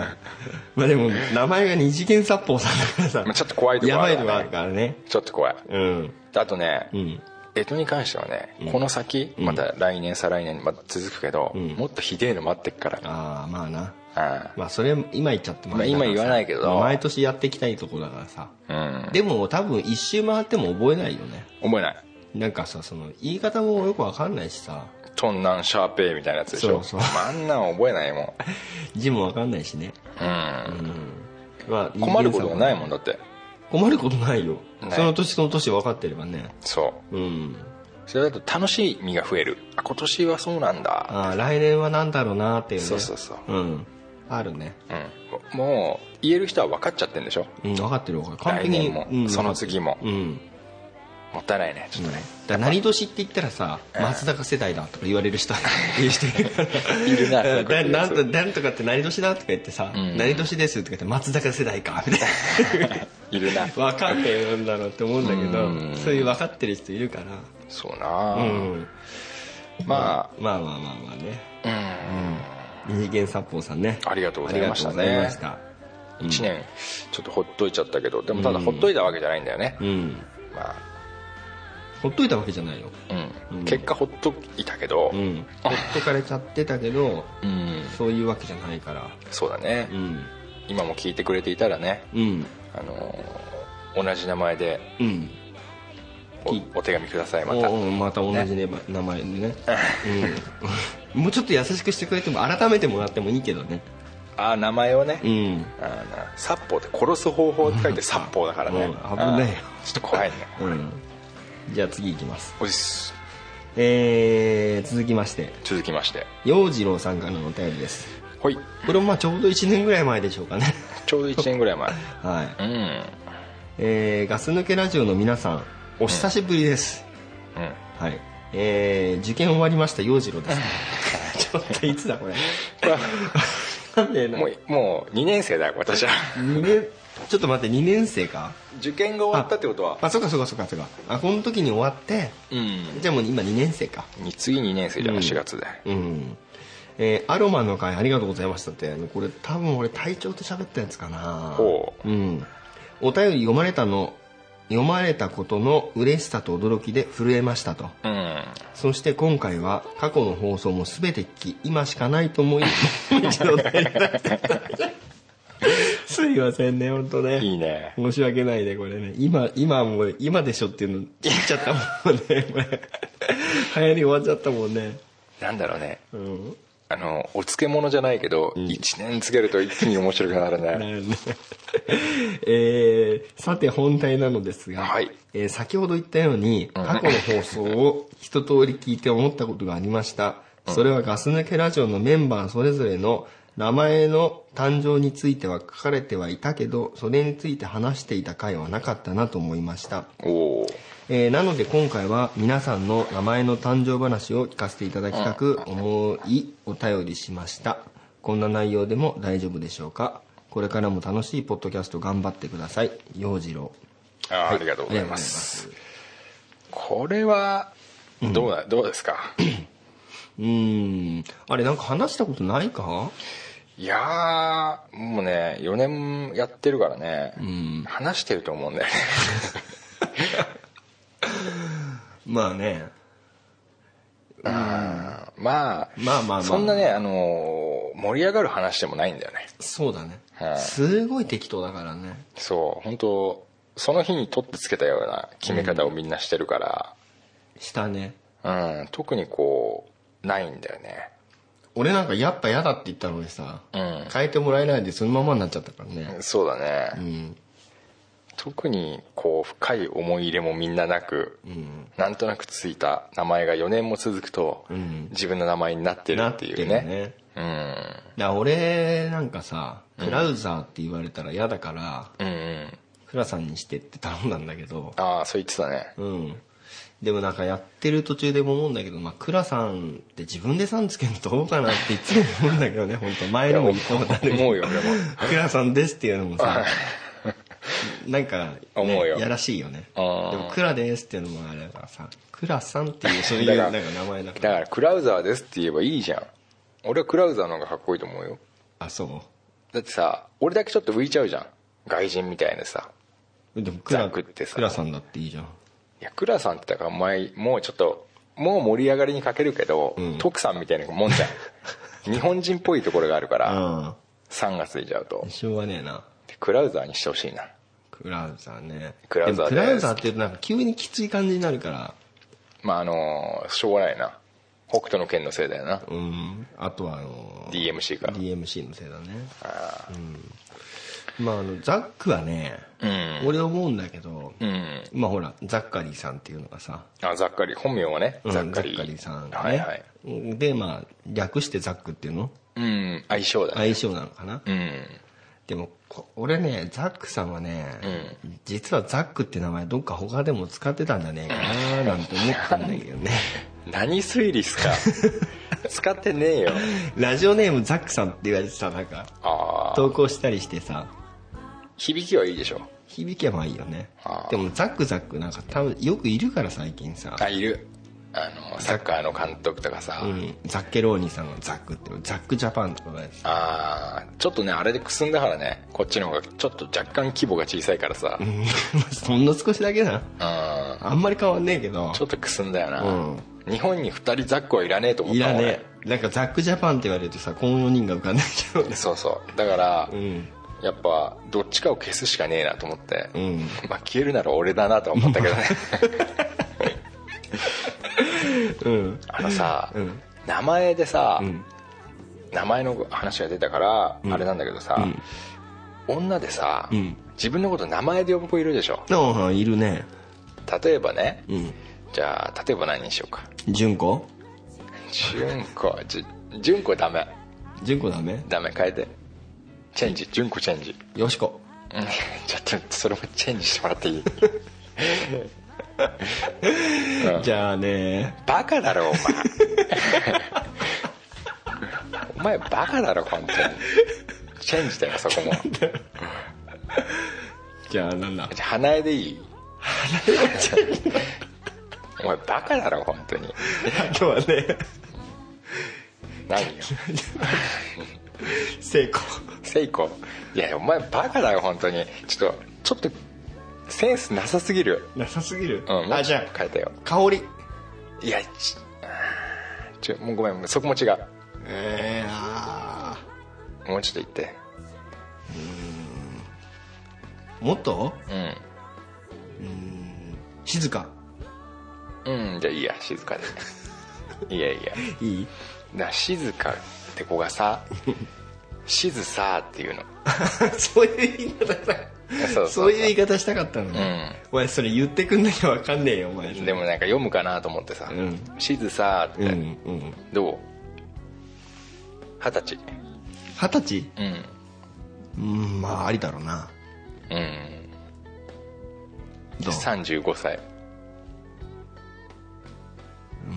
いまあでも名前が二次元殺法さんだからさ
まあちょっと怖いとこ
や
あ
ば
る
いのがあるからね
ちょっと怖い
うん
あとね、
うん
干支に関してはね、この先また来年再来年また続くけど、
ん
もっとひでえの待ってっから、
ああまあな
あ
まあそれ今言っちゃってもあれだ
まあ
から
今
さ
言わないけど
まあ毎年やっていきたいとこだからさ
あ
でも多分一周回っても覚えないよね
うん思えない
なんかさその言い方もよくわかんないしさ
トンナンシャーペイみたいなやつでしょ
そうそう
まああんなん覚えないもん、
字もわかんないしね、
うん
まあ、
困ることがない
ん
もんだって
困ることないよ
ない
その年その年分かってればね
そう
うん
それだと楽しみが増えるあ今年はそうなんだ、
ああ来年は何だろうなっていうね
そうそうそう、
うんあるね
うん、もう言える人は分かっちゃってるんでしょ
うん分かってる分かる完
来
璧に
年も、
うん
その次も、
うん
もったいないねちょっとね、
だから何年って言ったらさ松坂世代だとか言われ
(laughs)
る人いう人いるから
いるなそういうこと
うんだ (laughs)
そう
なんとなんとかって何年だとか言ってさ、
ん
何年ですとか言って松坂世代かみ
(laughs)
たいな
いるな
分かんねえなんだろうって思うんだけ
うん
どそういう分かってる人いるから
そうな、
うん
ま
まあまあまあまあね
あ、うん
二次元殺法さんね
ありがとうございましたね
ありがとうございまし
1
た
年ちょっとほっといちゃったけどでもただほっといたわけじゃないんだよね、
うん
まあ
ほっといたわけじゃないよ
うん、結果ほっといたけど、
うんほっとかれちゃってたけど
うん
そういうわけじゃないから
そうだね、
うん
今も聞いてくれていたらね、
うん
あのー同じ名前で
うん
おお手紙くださいま
ま
た
たまた同じね、名前でね、うん、もうちょっと優しくしてくれても改めてもらってもいいけどね
ああ名前をね、
うん
あーな殺法って殺す方法って書いて殺法だからね、
うん危ないよ
あーちょっと怖いね
うんじゃあ次いきます
おいっす
えー、続きまして
続きまして
陽次郎さんからのお便りです
ほい
これもまあちょうど1年ぐらい前でしょうかね (laughs)
ちょうど1年ぐらい前
は
う
い、
ん
えーガス抜けラジオの皆さんお久しぶりです、
うん
はいえー、受験終わりました陽次郎です (laughs) ちょっといつだこれわかんねえな (laughs)
もうもう2年生だよ私は
2年ちょっと待って2年生か
受験が終わったってことは
あそうかそうかそうかそうかあこの時に終わって
うん
じゃあもう今2年生か
に次2年生じゃ
うん
ない4月で
うんえーアロマの会ありがとうございましたってあのこれ多分俺隊長と喋ったやつかな
ほ
う、ん、お便り読まれたの読まれたことの嬉しさと驚きで震えましたと
うん
そして今回は過去の放送も全て聞き今しかないと思い (laughs) 一度お便りさせていただきますすいませんね本当ね
いいね
申し訳ないねこれね今今もう今でしょっていうの言っちゃったもんね (laughs) これ流行り終わっちゃったもんね
なんだろうね
うん (laughs)
あのお漬物じゃないけど1年漬けると一気に面白くなる
な
ね
るねえーさて本題なのですが、
はい
えー先ほど言ったように過去の放送を一通り聞いて思ったことがありました、それはガス抜けラジオのメンバーそれぞれの名前の誕生については書かれてはいたけどそれについて話していた回はなかったなと思いました
おお
えーなので今回は皆さんの名前の誕生話を聞かせていただきたく思いお便りしましたこんな内容でも大丈夫でしょうかこれからも楽しいポッドキャスト頑張ってください陽次郎
あーありがとうございます
ありがとうござい
これ
ます
はどうだどうですか
うーんあれなんか話したことないか
いやーもうね4年やってるからね話してると思うんだよね (laughs)
まあね
まあ
まあまあまあ
そんなねあのー盛り上がる話でもないんだよね
そうだね
はい
すごい適当だからね
そう本当その日に取ってつけたような決め方をみんなしてるから、
したね
うん特にこうないんだよね
俺なんかやっぱ嫌だって言ったのにさ、
うん
変えてもらえないでそのままになっちゃったからね
そうだね、
うん
特にこう深い思い入れもみんななく、
うん
なんとなくついた名前が4年も続くと、
うん
自分の名前になってるっていう
な
ね
ってるね
うん
だから俺なんかさクラウザーって言われたら嫌だから、
うんうん
クラさんにしてって頼んだんだけど
ああそう言ってたね
うんでもなんかやってる途中でも思うんだけど、まあ、クラさんって自分でさんつけるとどうかなっていつも思うんだ
(laughs)
けどね本当前にも言ったことあるけど
思うよ俺も
クラさんですっていうのもさなんか、ね、
思うよ
やらしいよね
う
で
ん
もクラですっていうのもあれだからさクラさんっていうそういう
だか
な
ら
んか名前だ
だ
から
からクラウザーですって言えばいいじゃん俺はクラウザーの方がかっこいいと思うよ
あそ
だってさ俺だけちょっと浮いちゃうじゃん外人みたいなさ
うでもクラ
ザクってさ
クラさんだっていいじゃん
いや倉さんってだから前もうちょっともう盛り上がりに欠けるけど、
ん
徳さんみたいなもんじ
(laughs)
ゃん日本人っぽいところがあるから、
あ
さんがついちゃうと
あしょうがねえな
でクラウザーにしてほしいな
クラウザーね
クラウザー
で
です
もクラウザーって言うとなんか急にきつい感じになるから
まああのーしょうがないな北斗の拳のせいだよな、
うんあとはあの
DMC か
DMC のせいだね
あ
まああのザックはね、
ーうん
俺思うんだけど、
うん
まあほらザッカリーさんっていうのがさ
あざっかり本名はね、
うん
ざっかり
ザッカリーさんが
は
ね、
いはい
でまあ略してザックっていうの
うん相性だね
相性なのかな、
うん
でもこ俺ねザックさんはね、実はザックって名前どっか他でも使ってたんじゃねえかななんて思ったんだけど
(laughs)
ね
何推理っす
(laughs)
か使ってねえよ
ラジオネームザックさんって言われてさなんか
ああ
投稿したりしてさ
響きはいいでしょ
響けばいいよね
あー
でもザックザックなんか多分よくいるから最近さ、
あいるあのサッカーの監督とかさ、
うん、ザッケローニさんのザックってザックジャパンとかがやつ (laughs)
あーちょっとねあれでくすんだからねこっちの方がちょっと若干規模が小さいからさ、うん、
そんな少しだけなあんまり変わんねえけど
ちょっとくすんだよな、
うん
日本に2人ザックはいらねえと思っ
い
た
ら
もん
ねえなんかザックジャパンって言われるとさこの4人が浮かんできちゃうね
そうそうだから、
ん
やっぱどっちかを消すしかねえなと思って、
ん
(laughs) まあ消えるなら俺だなとは思ったけどね
(laughs) うん
あのさ、
ん
名前でさ、
ん
名前の話が出たから、あれなんだけどさ、女でさ、
ん
自分のこと名前で呼ぶ子いるでしょ
ああいるね
例えばね、
うん
じゃあ例えば何にしようか
純子
純子じ純子ダメ
純子ダメ
ダメ変えてチェンジ純子チェンジ
よしこ
うんちょっとそれもチェンジしてもらっていい
(laughs) じゃあね
バカだろお前お前バカだろ本当にチェンジだよそこも
じゃあなん (laughs) だ
じゃあ花江でいい花江お前バカだろ本当に
今日はね
何よ
成功
セイコいやお前バカだよ本当にちょっとちょっとセンスなさすぎる
なさすぎる、
うん
あじゃあ
変えたよ
香り
いやちちょもうごめんそこも違う
ええー、あ
もうちょっと言って
ーもっと
う
静か
んうんじゃあいいや静かでいやいや
いい
な静かって子がさ「静さ」っていうの
(laughs) そういう言い方だ
そう
そういう言い方したかったのね、お前それ言ってくんなきゃわかんねえよお前
でもなんか読むかなと思ってさ
うん
「静さ」っ
うん
て、
うん
どう二十歳
二十歳
うん
うんまあありだろうな
うん
どう
35歳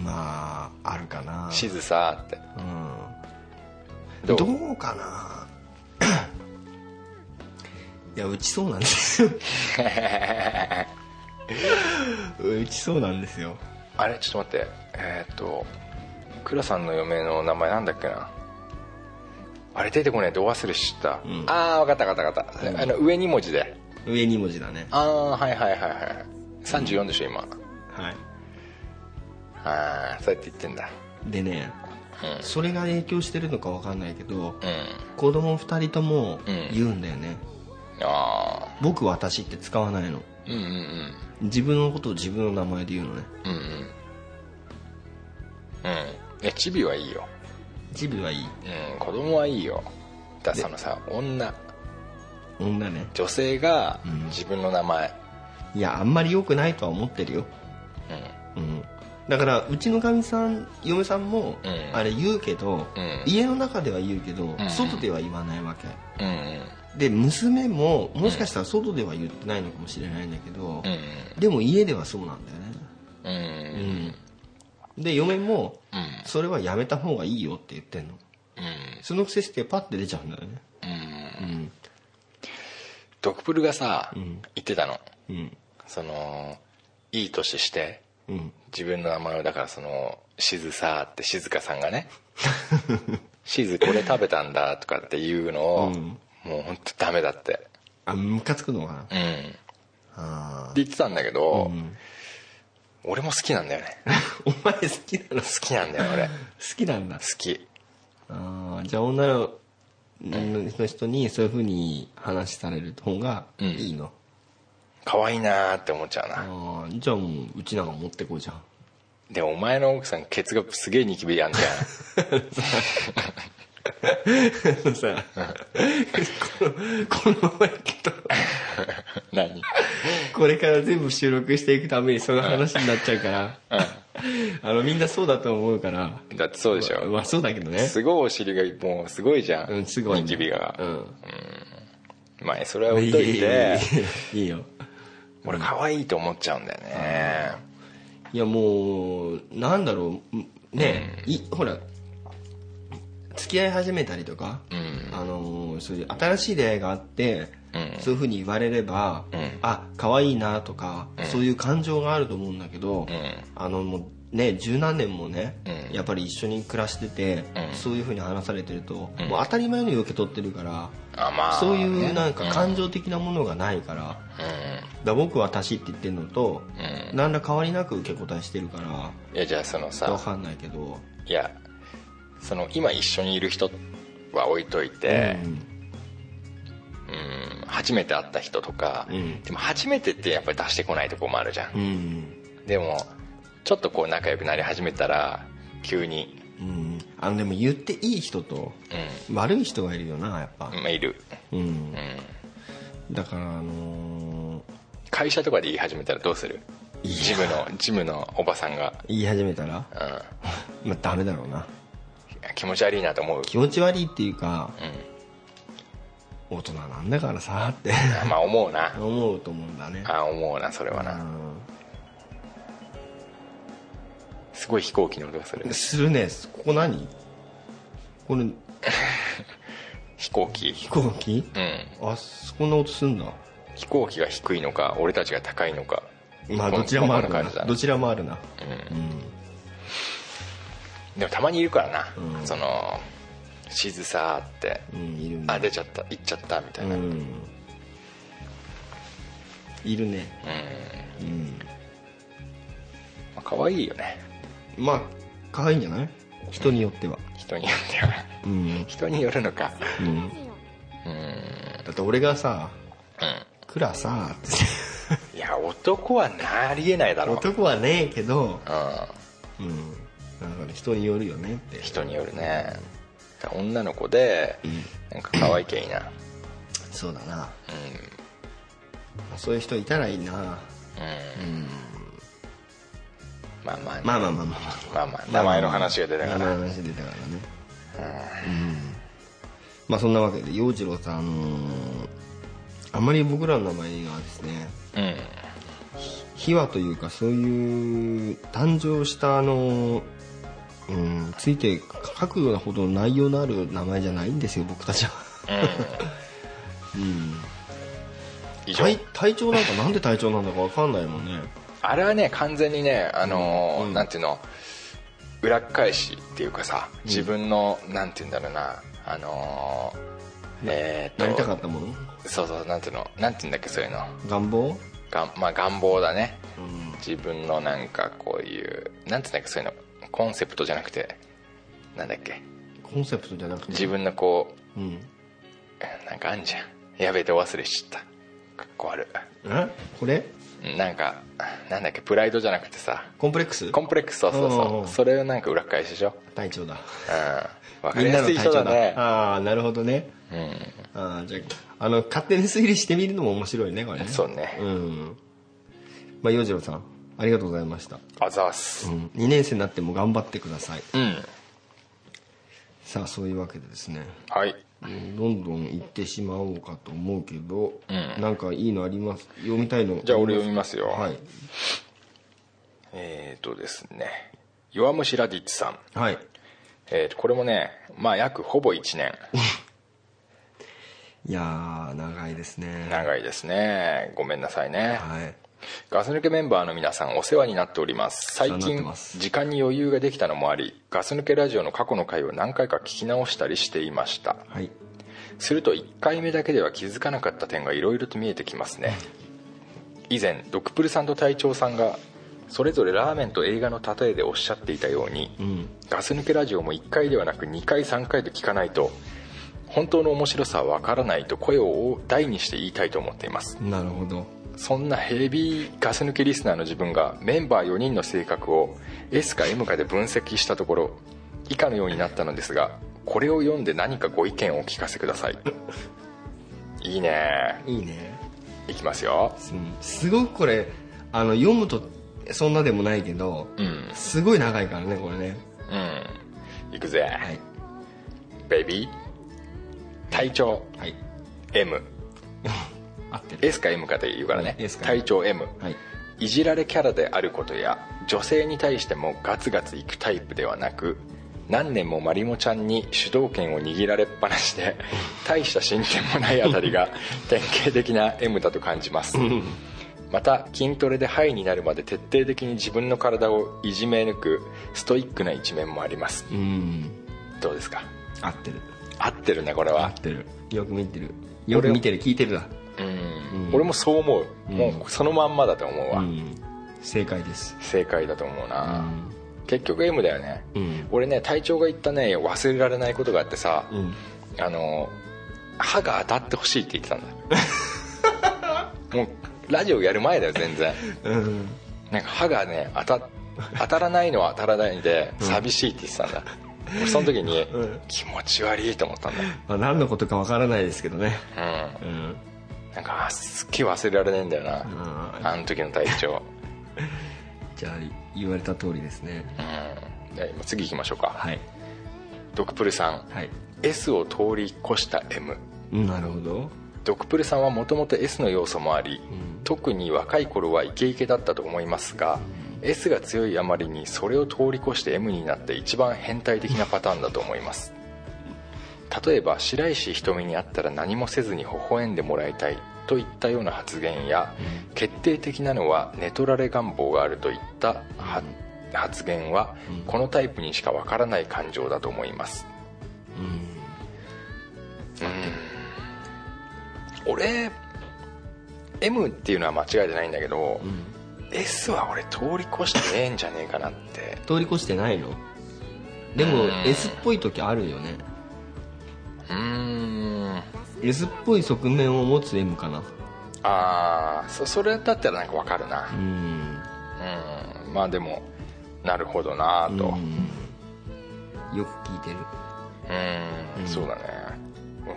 まああるかな
「静さ」って
ど
ど
う
う
かないや打ちそうなん (laughs) ですよ打ちそうなんですよ
あれちょっと待ってえーっと倉さんの嫁の名前なんだっけなあれ出てこないとお忘れしちゃった、
ん
ああ分かった分かった分かった、あの上2文字で
上2文字だね
ああはいはいはいはい34でしょ今、
はい
ああそうやって言ってんだ
でね、それが影響してるのかわかんないけ
う
ど、
ん
子供2人とも
うん
言うんだよね、
ああ
僕私って使わないの
うんうん
自分のことを自分の名前で言うのね
うんうんうんうんいやチビはいいよ
ジビはいい
うん子供はいいよだからそのさ女
女ね
女性が
うん
自分の名前
いやあんまり良くないとは思ってるようんだからうちのかみさん嫁さんも
うん
あれ言うけど、
うん
家の中では言うけど、
ん
外では言わないわけ
うんうんうん
で娘ももしかしたら外では言ってないのかもしれないんだけど、
うん
でも家ではそうなんだよね
うんうん
で嫁も
うん
それはやめた方がいいよって言ってんの
うん
そのくせしてパッて出ちゃうんだよねうん
ドクプルがさ言ってたの
うん
そのいい年して
うん
自分の名前をだからその「静さ」って静香さん
(laughs)
がね「静これ食べたんだ」とかっていうのを、
うん
もう本当ダメだって
あムカつくのかな
うんって
あ
言ってたんだけ
あ、
ど、
うん、
俺も好きなんだよね
(laughs) お前好きなの
好
好
きなんだよ俺好
きなんだ
き
ああじゃあ女のの人にそういうふうに話される方がいいの、
可愛いなーって思っちゃうな、
ああじゃあもううちなんか持ってこいじゃん (laughs)
でお前の奥さんケツがすげえニキビやんじゃ
さこのこのままいくと (laughs)
ん何
これから全部収録していくためにその話になっちゃうから、 (laughs) あのみんなそうだと思うから
だってそうでしょ
まあそうだけどね
すごいお尻がもうすごいじゃん、
うんすごいね
ニキビが、
うん
まあそれは置いといて
いいいいよ
俺可愛いと思っちゃうんだよね
いやもうなんだろうねいほら付き合い始めたりとか、
ん
あのーそういう新しい出会いがあって、
うん
そういうふうに言われれば、
ん
あ可愛いなとか、そういう感情があると思うんだけど、
ん
あのもうね十何年もね、
うん
やっぱり一緒に暮らしてて、
うん
そういうふうに話されてると、もう当たり前のように受け取ってるから、
あまあ
そういう
ね
なんか感情的なものがないから、
う
だ僕は私って言ってるのと、
う
何ら変わりなく受け答えしてるか
んいやじゃあその
らわ
さ
かんないけど
いやその今一緒にいる人は置いといて、うん初めて会った人とか、
うん
でも初めてってやっぱり出してこないとこもあるじゃん
う、ん
でもちょっとこう仲良くなり始めたら急に
うんあのでも言っていい人と悪い人がいるよなやっぱ
うん、まあいる
うん、
うん
だからあのー
会社とかで言い始めたらどうする
いや
ジムのジムのおばさんが、
言い始めたら
うん、
まあダメだろうない
や気持ち悪いなと思う、
気持ち悪いっていうか
う
大人なんだからさって (laughs)
ん、まあ思うな
思うと思うんだね
あ思うなそれはなすごい飛行機の音がする
うんするねここ何これ
飛行機
飛行機
うん
あそこんな音すんだ
飛行機が低いのか俺たちが高いのか
まあ
こん
どちらもあ
こ
る
ん
な
感じだ
どちらもあるな
でもたまにいるからな、その「しずさ」って
うん、いる
「
ね
あ出ちゃった行っちゃった」みたいな、
うんいるね
まあ、可愛いよね
まあ可愛いんじゃない人によっては
人によっては
うん、
人によるのか
うん、だって俺がさ「クラ (laughs) さ」って
いや男はなりえないだろう、
男はねえけど
う
うんなんかね人によるよねって
ん、人によるねだから女の子でなんか可愛いけいな
そうだなそういう人いたらいいな
まあまあね、
まあまあまあまあまあ
まあまあ名前の話が出たか
名
ら
前の話出たからねうんまあそんなわけで洋次郎さんあのーあまり僕らの名前がですね
うん
秘話というかそういう誕生したあのうんついて書くようなほど内容のある名前じゃないんですよ僕たちは
以上、
体体調なんかなんで体調なんだかわかんないもんね
あれはね完全にねあのー
うん
なんていうの裏返しっていうかさ自分の、なんていうんだろうなあのーえーっと
なりたかったもの
そうそうなんていうのなんていうんだっけそういうの
願望
がん、まあ、願望だね自分のなんかこういうなんていうんだっけそういうのコンセプトじゃなくてなんだっけ
コンセプトじゃなくて
自分のこう
うん
なんかあんじゃんやべえでお忘れしちゃったかっこ悪
えこれ
いなんかなんだっけプライドじゃなくてさ
コンプレックス
コンプレックスそうそう
うんうん
そううんそれをなんか裏返しでしょ
体調だ
うん分か
み
り
んな
や
の
すい
体
人
調
だ
だ
ね
ああなるほどねああじゃああの勝手に推理してみるのも面白いねこれね
そうね
うんまあ洋次郎さんありがとうございました、
あざわ
う
す
ん、2年生になっても頑張ってください
うん
さあそういうわけでですね
はい
うんどんどん行ってしまおうかと思うけど、なんかいいのあります読みたいの
じゃあ俺読みますよ
はい
えーとですね弱虫ラディッチさん
はい
えーとこれもねまあ約ほぼ1年
(laughs) いやー長いですね
長いですねごめんなさいね
はい
ガス抜けメンバーの皆さんお世話になっております最
お世
近
話になってます
時間に余裕ができたのもありガス抜けラジオの過去の回を何回か聞き直したりしていました
はい
すると1回目だけでは気づかなかった点がいろいろと見えてきますね以前ドクプルさんと隊長さんがそれぞれラーメンと映画の例えでおっしゃっていたように、ガス抜けラジオも1回ではなく2回3回と聞かないと本当の面白さはわからないと声を大にして言いたいと思っています
なるほど
そんなヘビーガス抜けリスナーの自分がメンバー4人の性格を S か M かで分析したところ以下のようになったのですがこれを読んで何かご意見をお聞かせくだ
(laughs)
さいいいね
いいね
いきますよ
うんすごくこれあの読むとそんなでもないけど、
うん
すごい長いからねこれね
うんいくぜ、
はい
ベイビー隊長
はい
M
合ってる
S か M かで言うからね
うん S か
隊長 M、
はい
いじられキャラであることや女性に対してもガツガツいくタイプではなく何年もまりもちゃんに主導権を握られっぱなしで大した進展もないあたりが典型的な M だと感じますまた筋トレでハイになるまで徹底的に自分の体をいじめ抜くストイックな一面もあります
うん
どうですか
合ってる
合ってるねこれ
合
は
ってるよく見てるよく見てる聞いてるだ
うん、俺もそう思う、もうそのまんまだと思うわ、
うん正解です
正解だと思うな、
うん
結局 M だよね、
うん
俺ね隊長が言ったね忘れられないことがあってさ、
うん
あの歯が当たってほしいって言ってたん
(laughs)
だもうラジオやる前だよ全然
うん
なんか歯がね当た当たらないのは当たらないで寂しいって言ってたんだ、俺その時に、
うん
気持ち悪いと思ったんだ
まあ、何のことかわからないですけどね
う
うん
んなんかあすっげえ忘れられないんだよな、
ん
あの時の隊
(laughs)
長
じゃあ言われた通りですね
うんじゃあ今次行きましょうか、
はい
ドクプルさん、
はい
S を通り越した M
なるほど
ドクプルさんはもともと S の要素もあり、特に若い頃はイケイケだったと思いますが、S が強いあまりにそれを通り越して M になって一番変態的なパターンだと思います例えば白石瞳に会ったら何もせずに微笑んでもらいたいといったような発言や決定的なのは寝取られ願望があるといったは発言はこのタイプにしかわからない感情だと思いますうん俺 M っていうのは間違いじゃないんだけど、S は俺通り越してねえんじゃねえかなって
通り越してないのでも
うん
S っぽい時あるよね
うーん
S っぽい側面を持つ M かな
ああそそれだったらなんかわかるな
うん
うんまあでもなるほどなあと
うんよく聞いてる
うんそうだね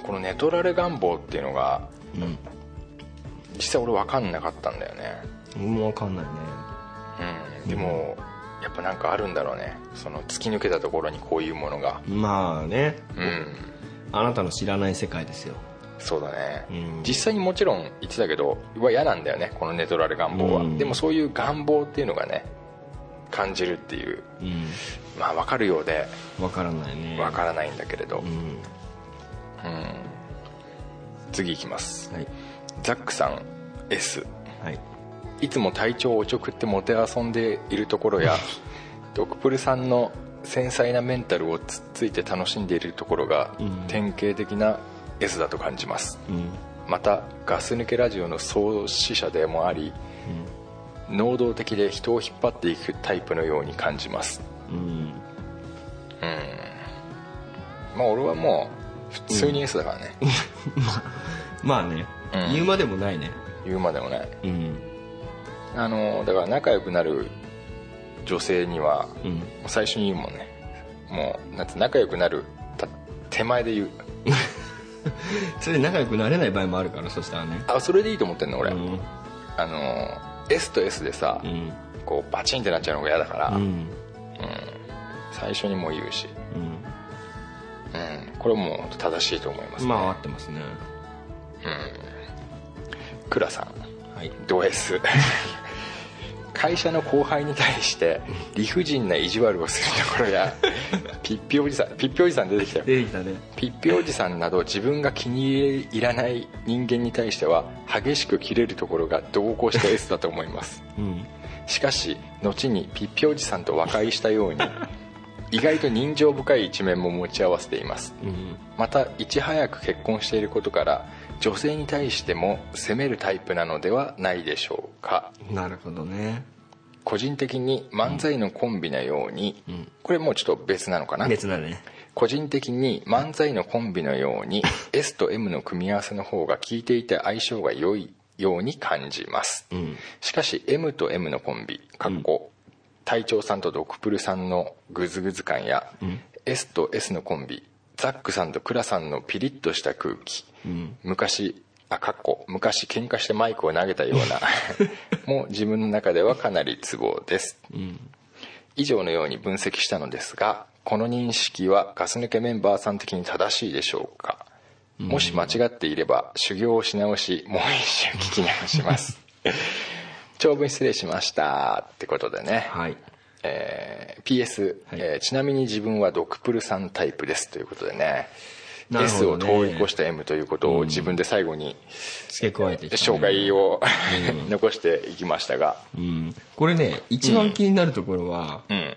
この寝取られ願望っていうのが
うん
実際俺分かんなかったんだよね
俺もわかんないね
うんでもやっぱなんかあるんだろうねその突き抜けたところにこういうものが
まあね
うん
あなたの知らない世界ですよ
そうだね、
うん
実際にもちろん言ってたけどうわ嫌なんだよねこの寝取られ願望は、
うん
でもそういう願望っていうのがね感じるっていう
うん
まあ分かるようで
わからないね
分からないんだけれど、
うん
次いきます
はい
ザックさん S
はい
いつも体調をおちょくってもてあそんでいるところ
(laughs)
やドクプルさんの繊細なメンタルをつっついて楽しんでいるところが
うん
典型的な S だと感じます
うん
またガス抜けラジオの創始者でもあり能動的で人を引っ張っていくタイプのように感じます
うん
まあ俺はもう普通に S だからね、
まあね
うん
言うまでもないね
言うまでもない
うん
あのだから仲良くなる女性には
うん
もう最初に言うもんねもうなんて仲良くなるた手前で言う
それで仲良くなれない場合もあるからそしたらね
あそれでいいと思ってんの俺、
うん
あの S と S でさ、
うん
こうバチンってなっちゃうのが嫌だから、
うん
最初にもう言うし、
うん
うん、これもう本当正しいと思いますね、
まあ合ってますね
クラさん
はい
ド S 会社の後輩に対して理不尽な意地悪をするところ
(laughs)
やピッピおじさんピッピおじさん出てきたよ
出てきたね
ピッピおじさんなど自分が気に入らない人間に対しては激しく切れるところが同行した S だと思います
うん
しかし後にピッピおじさんと和解したよ
(laughs)
うに意外と人情深い一面も持ち合わせています
うん
またいち早く結婚していることから女性に対しても責めるタイプなのではないでしょうか
なるほどね
個人的に漫才のコンビのように、
ん
これもうちょっと別なのかな
別だね
個人的に漫才のコンビのよう
(laughs)
に S と M の組み合わせの方が効いていて相性が良いように感じます、
うん
しかし M と M のコンビかっこ隊長さんとドクプルさんのグズグズ感や、S と S のコンビザックさんとクラさんのピリッとした空気、昔あかっこ昔喧嘩してマイクを投げたよう
(laughs)
なもう自分の中ではかなり都合です、以上のように分析したのですがこの認識はガス抜けメンバーさん的に正しいでしょうかもし間違っていれば修行をし直しもう一周聞き直します (laughs) 長文失礼しましたってことでね、
はい
えー PS、
はい
えーちなみに自分はドクプルさんタイプですということでね
なる
S
ほ
を
ど
通
ね
り越した M ということを自分で最後に
付け加えてきたね
紹介を、 (laughs) 残していきましたが、
うんこれね一番気になるところは
うん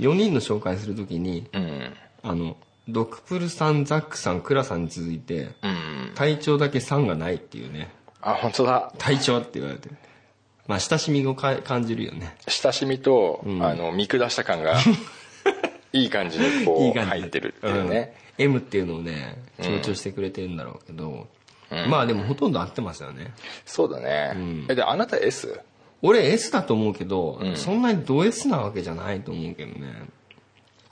4人の紹介するときに
うん
あのドクプルさんザックさんクラさんに続いて
うん、
体調だけさんがないっていうね
あ本当だ
体調って言われてまあ親しみをか感じるよね
親しみと、
ん
あの見下した感
(laughs)
がいい感じにこう
いい感じ
入ってるっていうね、
うん M っていうのをね強調してくれてるんだろうけど、まあでもほとんど合ってますよね
そうだね、えであなた S?
俺 S だと思うけど、そんなにド S なわけじゃないと思うけどね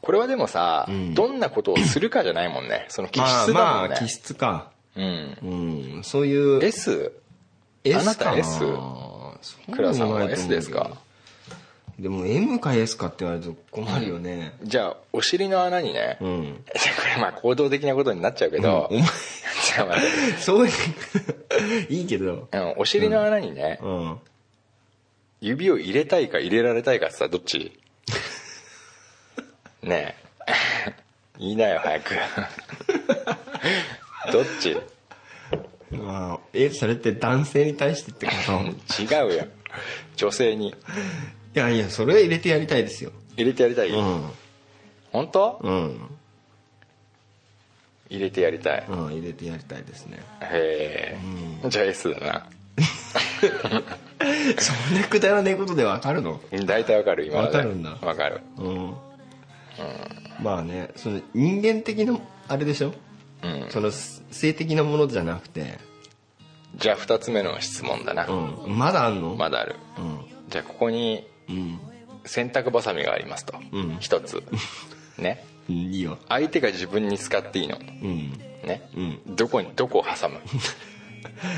これはでもさ、どんなことをするかじゃないもんねその気質だ
ま
も
あ
ん
ま
ね
あ、気質か
うん
うんそういう
S? あな
S
た
かな
S？
そうでもないと思うけど
クラさんは S ですか
でも M か S かって言われると困るよね
じゃあお尻の穴にね、
うん、
じゃ (laughs) あこれまあ行動的なことになっちゃうけど、
うんお前
(laughs) じゃあまあ
そういう (laughs) いいけど
あのお尻の穴にね、
うん
指を入れたいか入れられたいかってさどっ
(laughs)
ちね (laughs) え言いなよ早くどっち
まあ、え、それって男性に対してってことい
違うよ女性に
やいや、それは入れてやりたいですよ。
入れてやりたい、
うん。
本当、
うん。
入れてやりたい、へ
うん、入れてやりたいですね。
え、じゃあ S だな
そんなくだらねえことでわかるの
うん大体わかる今ので
わかるんだ
わかる
うん。まあね、その人間的な、あれでしょ
うん
その性的なものじゃなくて、
じゃあ2つ目の質問だな、
うん。まだあんの
まだある
うん。
じゃあここに
うん。
洗濯ばさみがありますと、
うん
一
(laughs)
つね
うんいいよ。
相手が自分に使っていいの
うん。
ね、
うん
どこにどこを挟む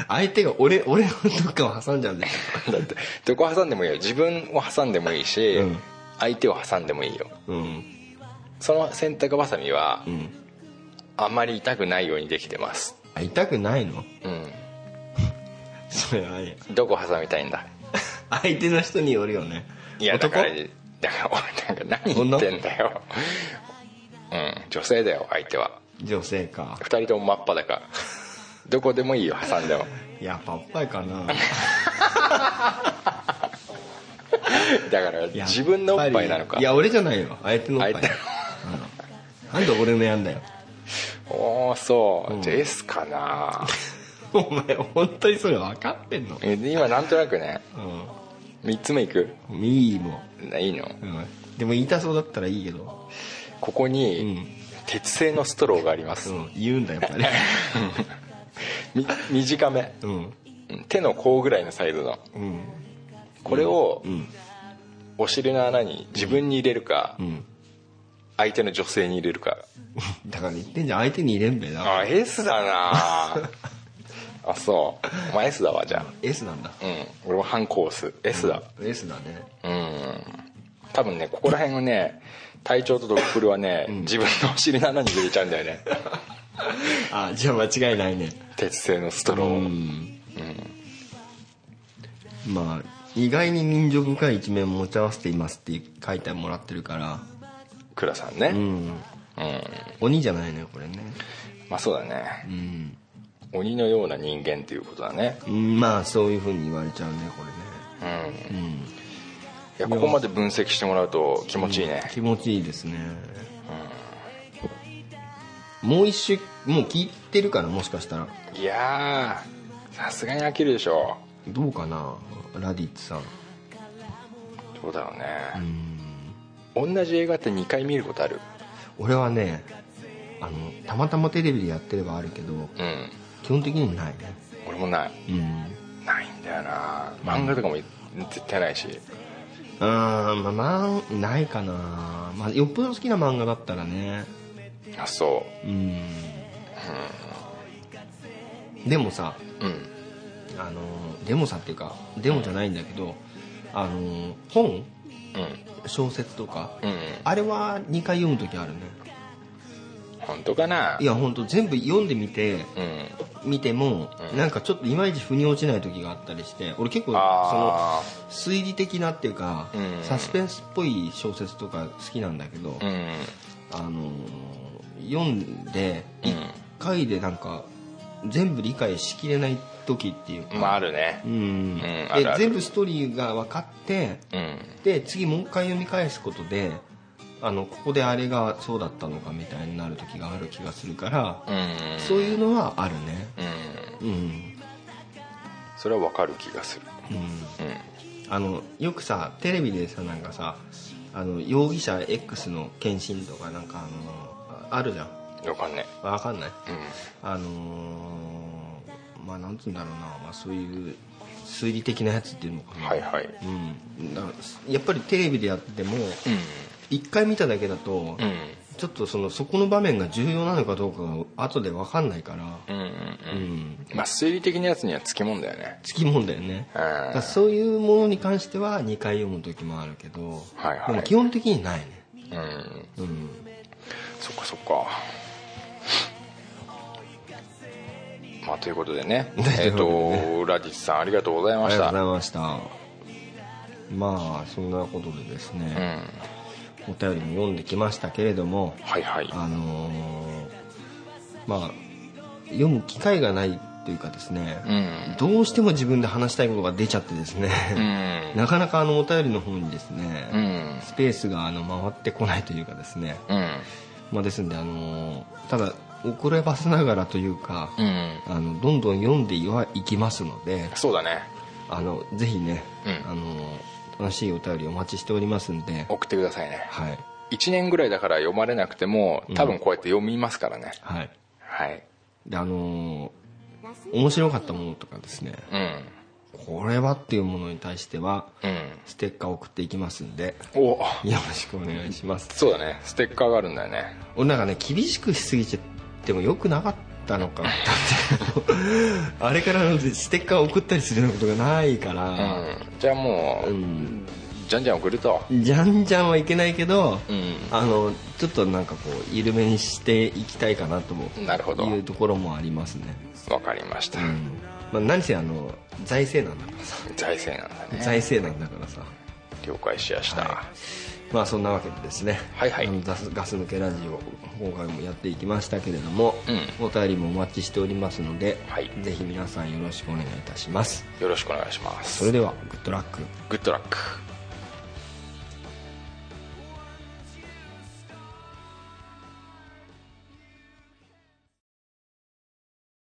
相手が俺、俺のどっかを挟んじゃうん (laughs) だよ。
だってどこ挟んでもいいよ自分を挟んでもいいし、
うん
相手を挟んでもいいよ
うん。
その洗濯ばさみは、
うん。
あまり痛くないようにできてます
あ、痛くないの
うん
それは、ね、
どこ挟みたいんだ
相手の人によるよね。
いやだ
男
からだから俺なんか何言ってんだようん女性だよ相手は
女性か。
2人とも真っ裸どこでもいいよ挟んでも
いや、パッパイかな。
だから
いや
(laughs) 自分のおっぱいなのか
いや、俺じゃないよ。相手のおっぱ
相
い
手。
なんで俺のやんだよ。 (laughs)
おおそう、
ん
じゃあ S かな
お前、本当にそれ分かってんの
え今なんとなくね3つ目いく
うん。いいも
ないいの
ん。うん。でも痛そうだったらいいけど。
ここ
う
に
ん。
鉄製のストローがあります、
うん。言うんだ、やっ
(laughs)
ぱり。
み短め
うん。
うん手の甲ぐらいのサイズの
うん。
これを
うん。
お尻の穴に自分に入れるか
うん。
相手の女性に入れるか
だから言ってんじゃん。相手に入れんべな。
あ S だ
(laughs)
なあそうお前 S だわじゃ
S なんだ。
あうん俺も反抗す S だ
S だね。
うん多分ねここら辺をね体調とドッグルはね、自分のお尻の穴に入れちゃうんだよ
(laughs)
ね
あ、じゃあ間違いないね。
鉄製のストローを、
ん。まあ、意外に人情深い一面を持ち合わせていますって書いてもらってるから。
倉さんねう、
うんん。鬼じゃないのよ、これね。
まあそうだね
う、ん。
鬼のような人間っていうことだね
うんまあ、そういう風に言われちゃうね、こ
うん
れね。うん。
いやここまで分析してもらうと気持ちいいね、
気持ちいいですね、もう一周もう聞いてるかなもしかしたら
いやーさすがに飽きるでしょ
どうかなラディッツさん
どうだろうね同じ映画って2回見ることある
俺はねあのたまたまテレビでやってればあるけ
う
ど
ん
基本的にもないね
俺もない
うん
ないんだよな漫画とかも絶対ないし
あーまあなないかな、まあ、よっぽど好きな漫画だったらね
あそ
うんでもさ
ううん
あのでもさっていうかでもじゃないんだけどあの本
う
小説とか
んうん
あれは2回読む時あるね
本当かない
や本当全部読んでみて
うん
見ても、
うん
なんかちょっといまいち腑に落ちない時があったりして俺結構その
あ
推理的なっていうか、
うん
サスペンスっぽい小説とか好きなんだけど、
あうん
あのー読んで
うん
1回でなんか全部理解しきれない時っていうか、
まああるね
うんで
あるある
全部ストーリーが分かって
うん
で次もう一回読み返すことであのここであれがそうだったのかみたいになる時がある気がするから、
うん
そういうのはあるね
うん
うん、
それはわかる気がする
うん、
う
あのよくさテレビでさなんかさあの容疑者 X の検診とかなんかあのあるじゃん
んわかんね
わかんない
え
あのーまあなんつうんだろうな、まあ、そういう推理的なやつっていうのか
うん
な、
はいはい
うん、だからやっぱりテレビでやっても一回見ただけだと、
うん
ちょっとそのそこの場面が重要なのかどうかが後で分かんないから、
うんうん
う
うん
ん、
まあ推理的なやつにはつきもんだよね
つきもんだよね
うん
だからそういうものに関しては2回読む時もあるけど、
はいはい
でも基本的にないね、
うん
うん、
そっかそっかまあという (laughs) ことでねえっ
という
とラディスさんありがとうござい
あ
ま
り
し
がとうご
た
ざいましたまあそんなことでです
うん
ね、お便りも読んできましたけれども
はいはい
あのーまあ読む機会がないというかですね、
うん
どうしても自分で話したいことが出ちゃってですね、
うん
(laughs) なかなかあのお便りの方にですね、
うん
スペースがあの回ってこないというかですね、
うん
まあ、ですんであのただ遅ればせながらというか、
うん
あのどんどん読んではいきますので
そうだね
あのぜひね、
うん
あの楽しいお便りお待ちしておりますんで、
送ってくださいね
はい
1年ぐらいだから読まれなくても多分こうやって読みますからね、
はい、
はい
であの面白かったものとかですね
うん
これはっていうものに対しては
うん
ステッカー送っていきますんで
お
よろしくお願いします
そうだねステッカーがあるんだよね
俺なんかね厳しくしすぎちゃってもよくなかったのかなってあれからのステッカー送ったりするようなことがないか
う
ら、
んじゃあもう、
ん
じゃんじゃん送ると
じゃんじゃんはいけないけど、
うん
あのちょっとなんかこう緩めにしていきたいかなとも
なるほど
いうところもありますね、
わかりました、
うんまあ、何せあの財政なんだからさ
財政なんだね
財政なんだからさ、
了解しやした、
はい、まあそんなわけでですね、
はいはい
あのガスガス抜けラジオ今回もやっていきましたけれども、お便りもお待ちしておりますので、
はい
ぜひ皆さんよろしくお願いいたします
よろしくお願いしま
そ
す
れではグッドラック
グッドラック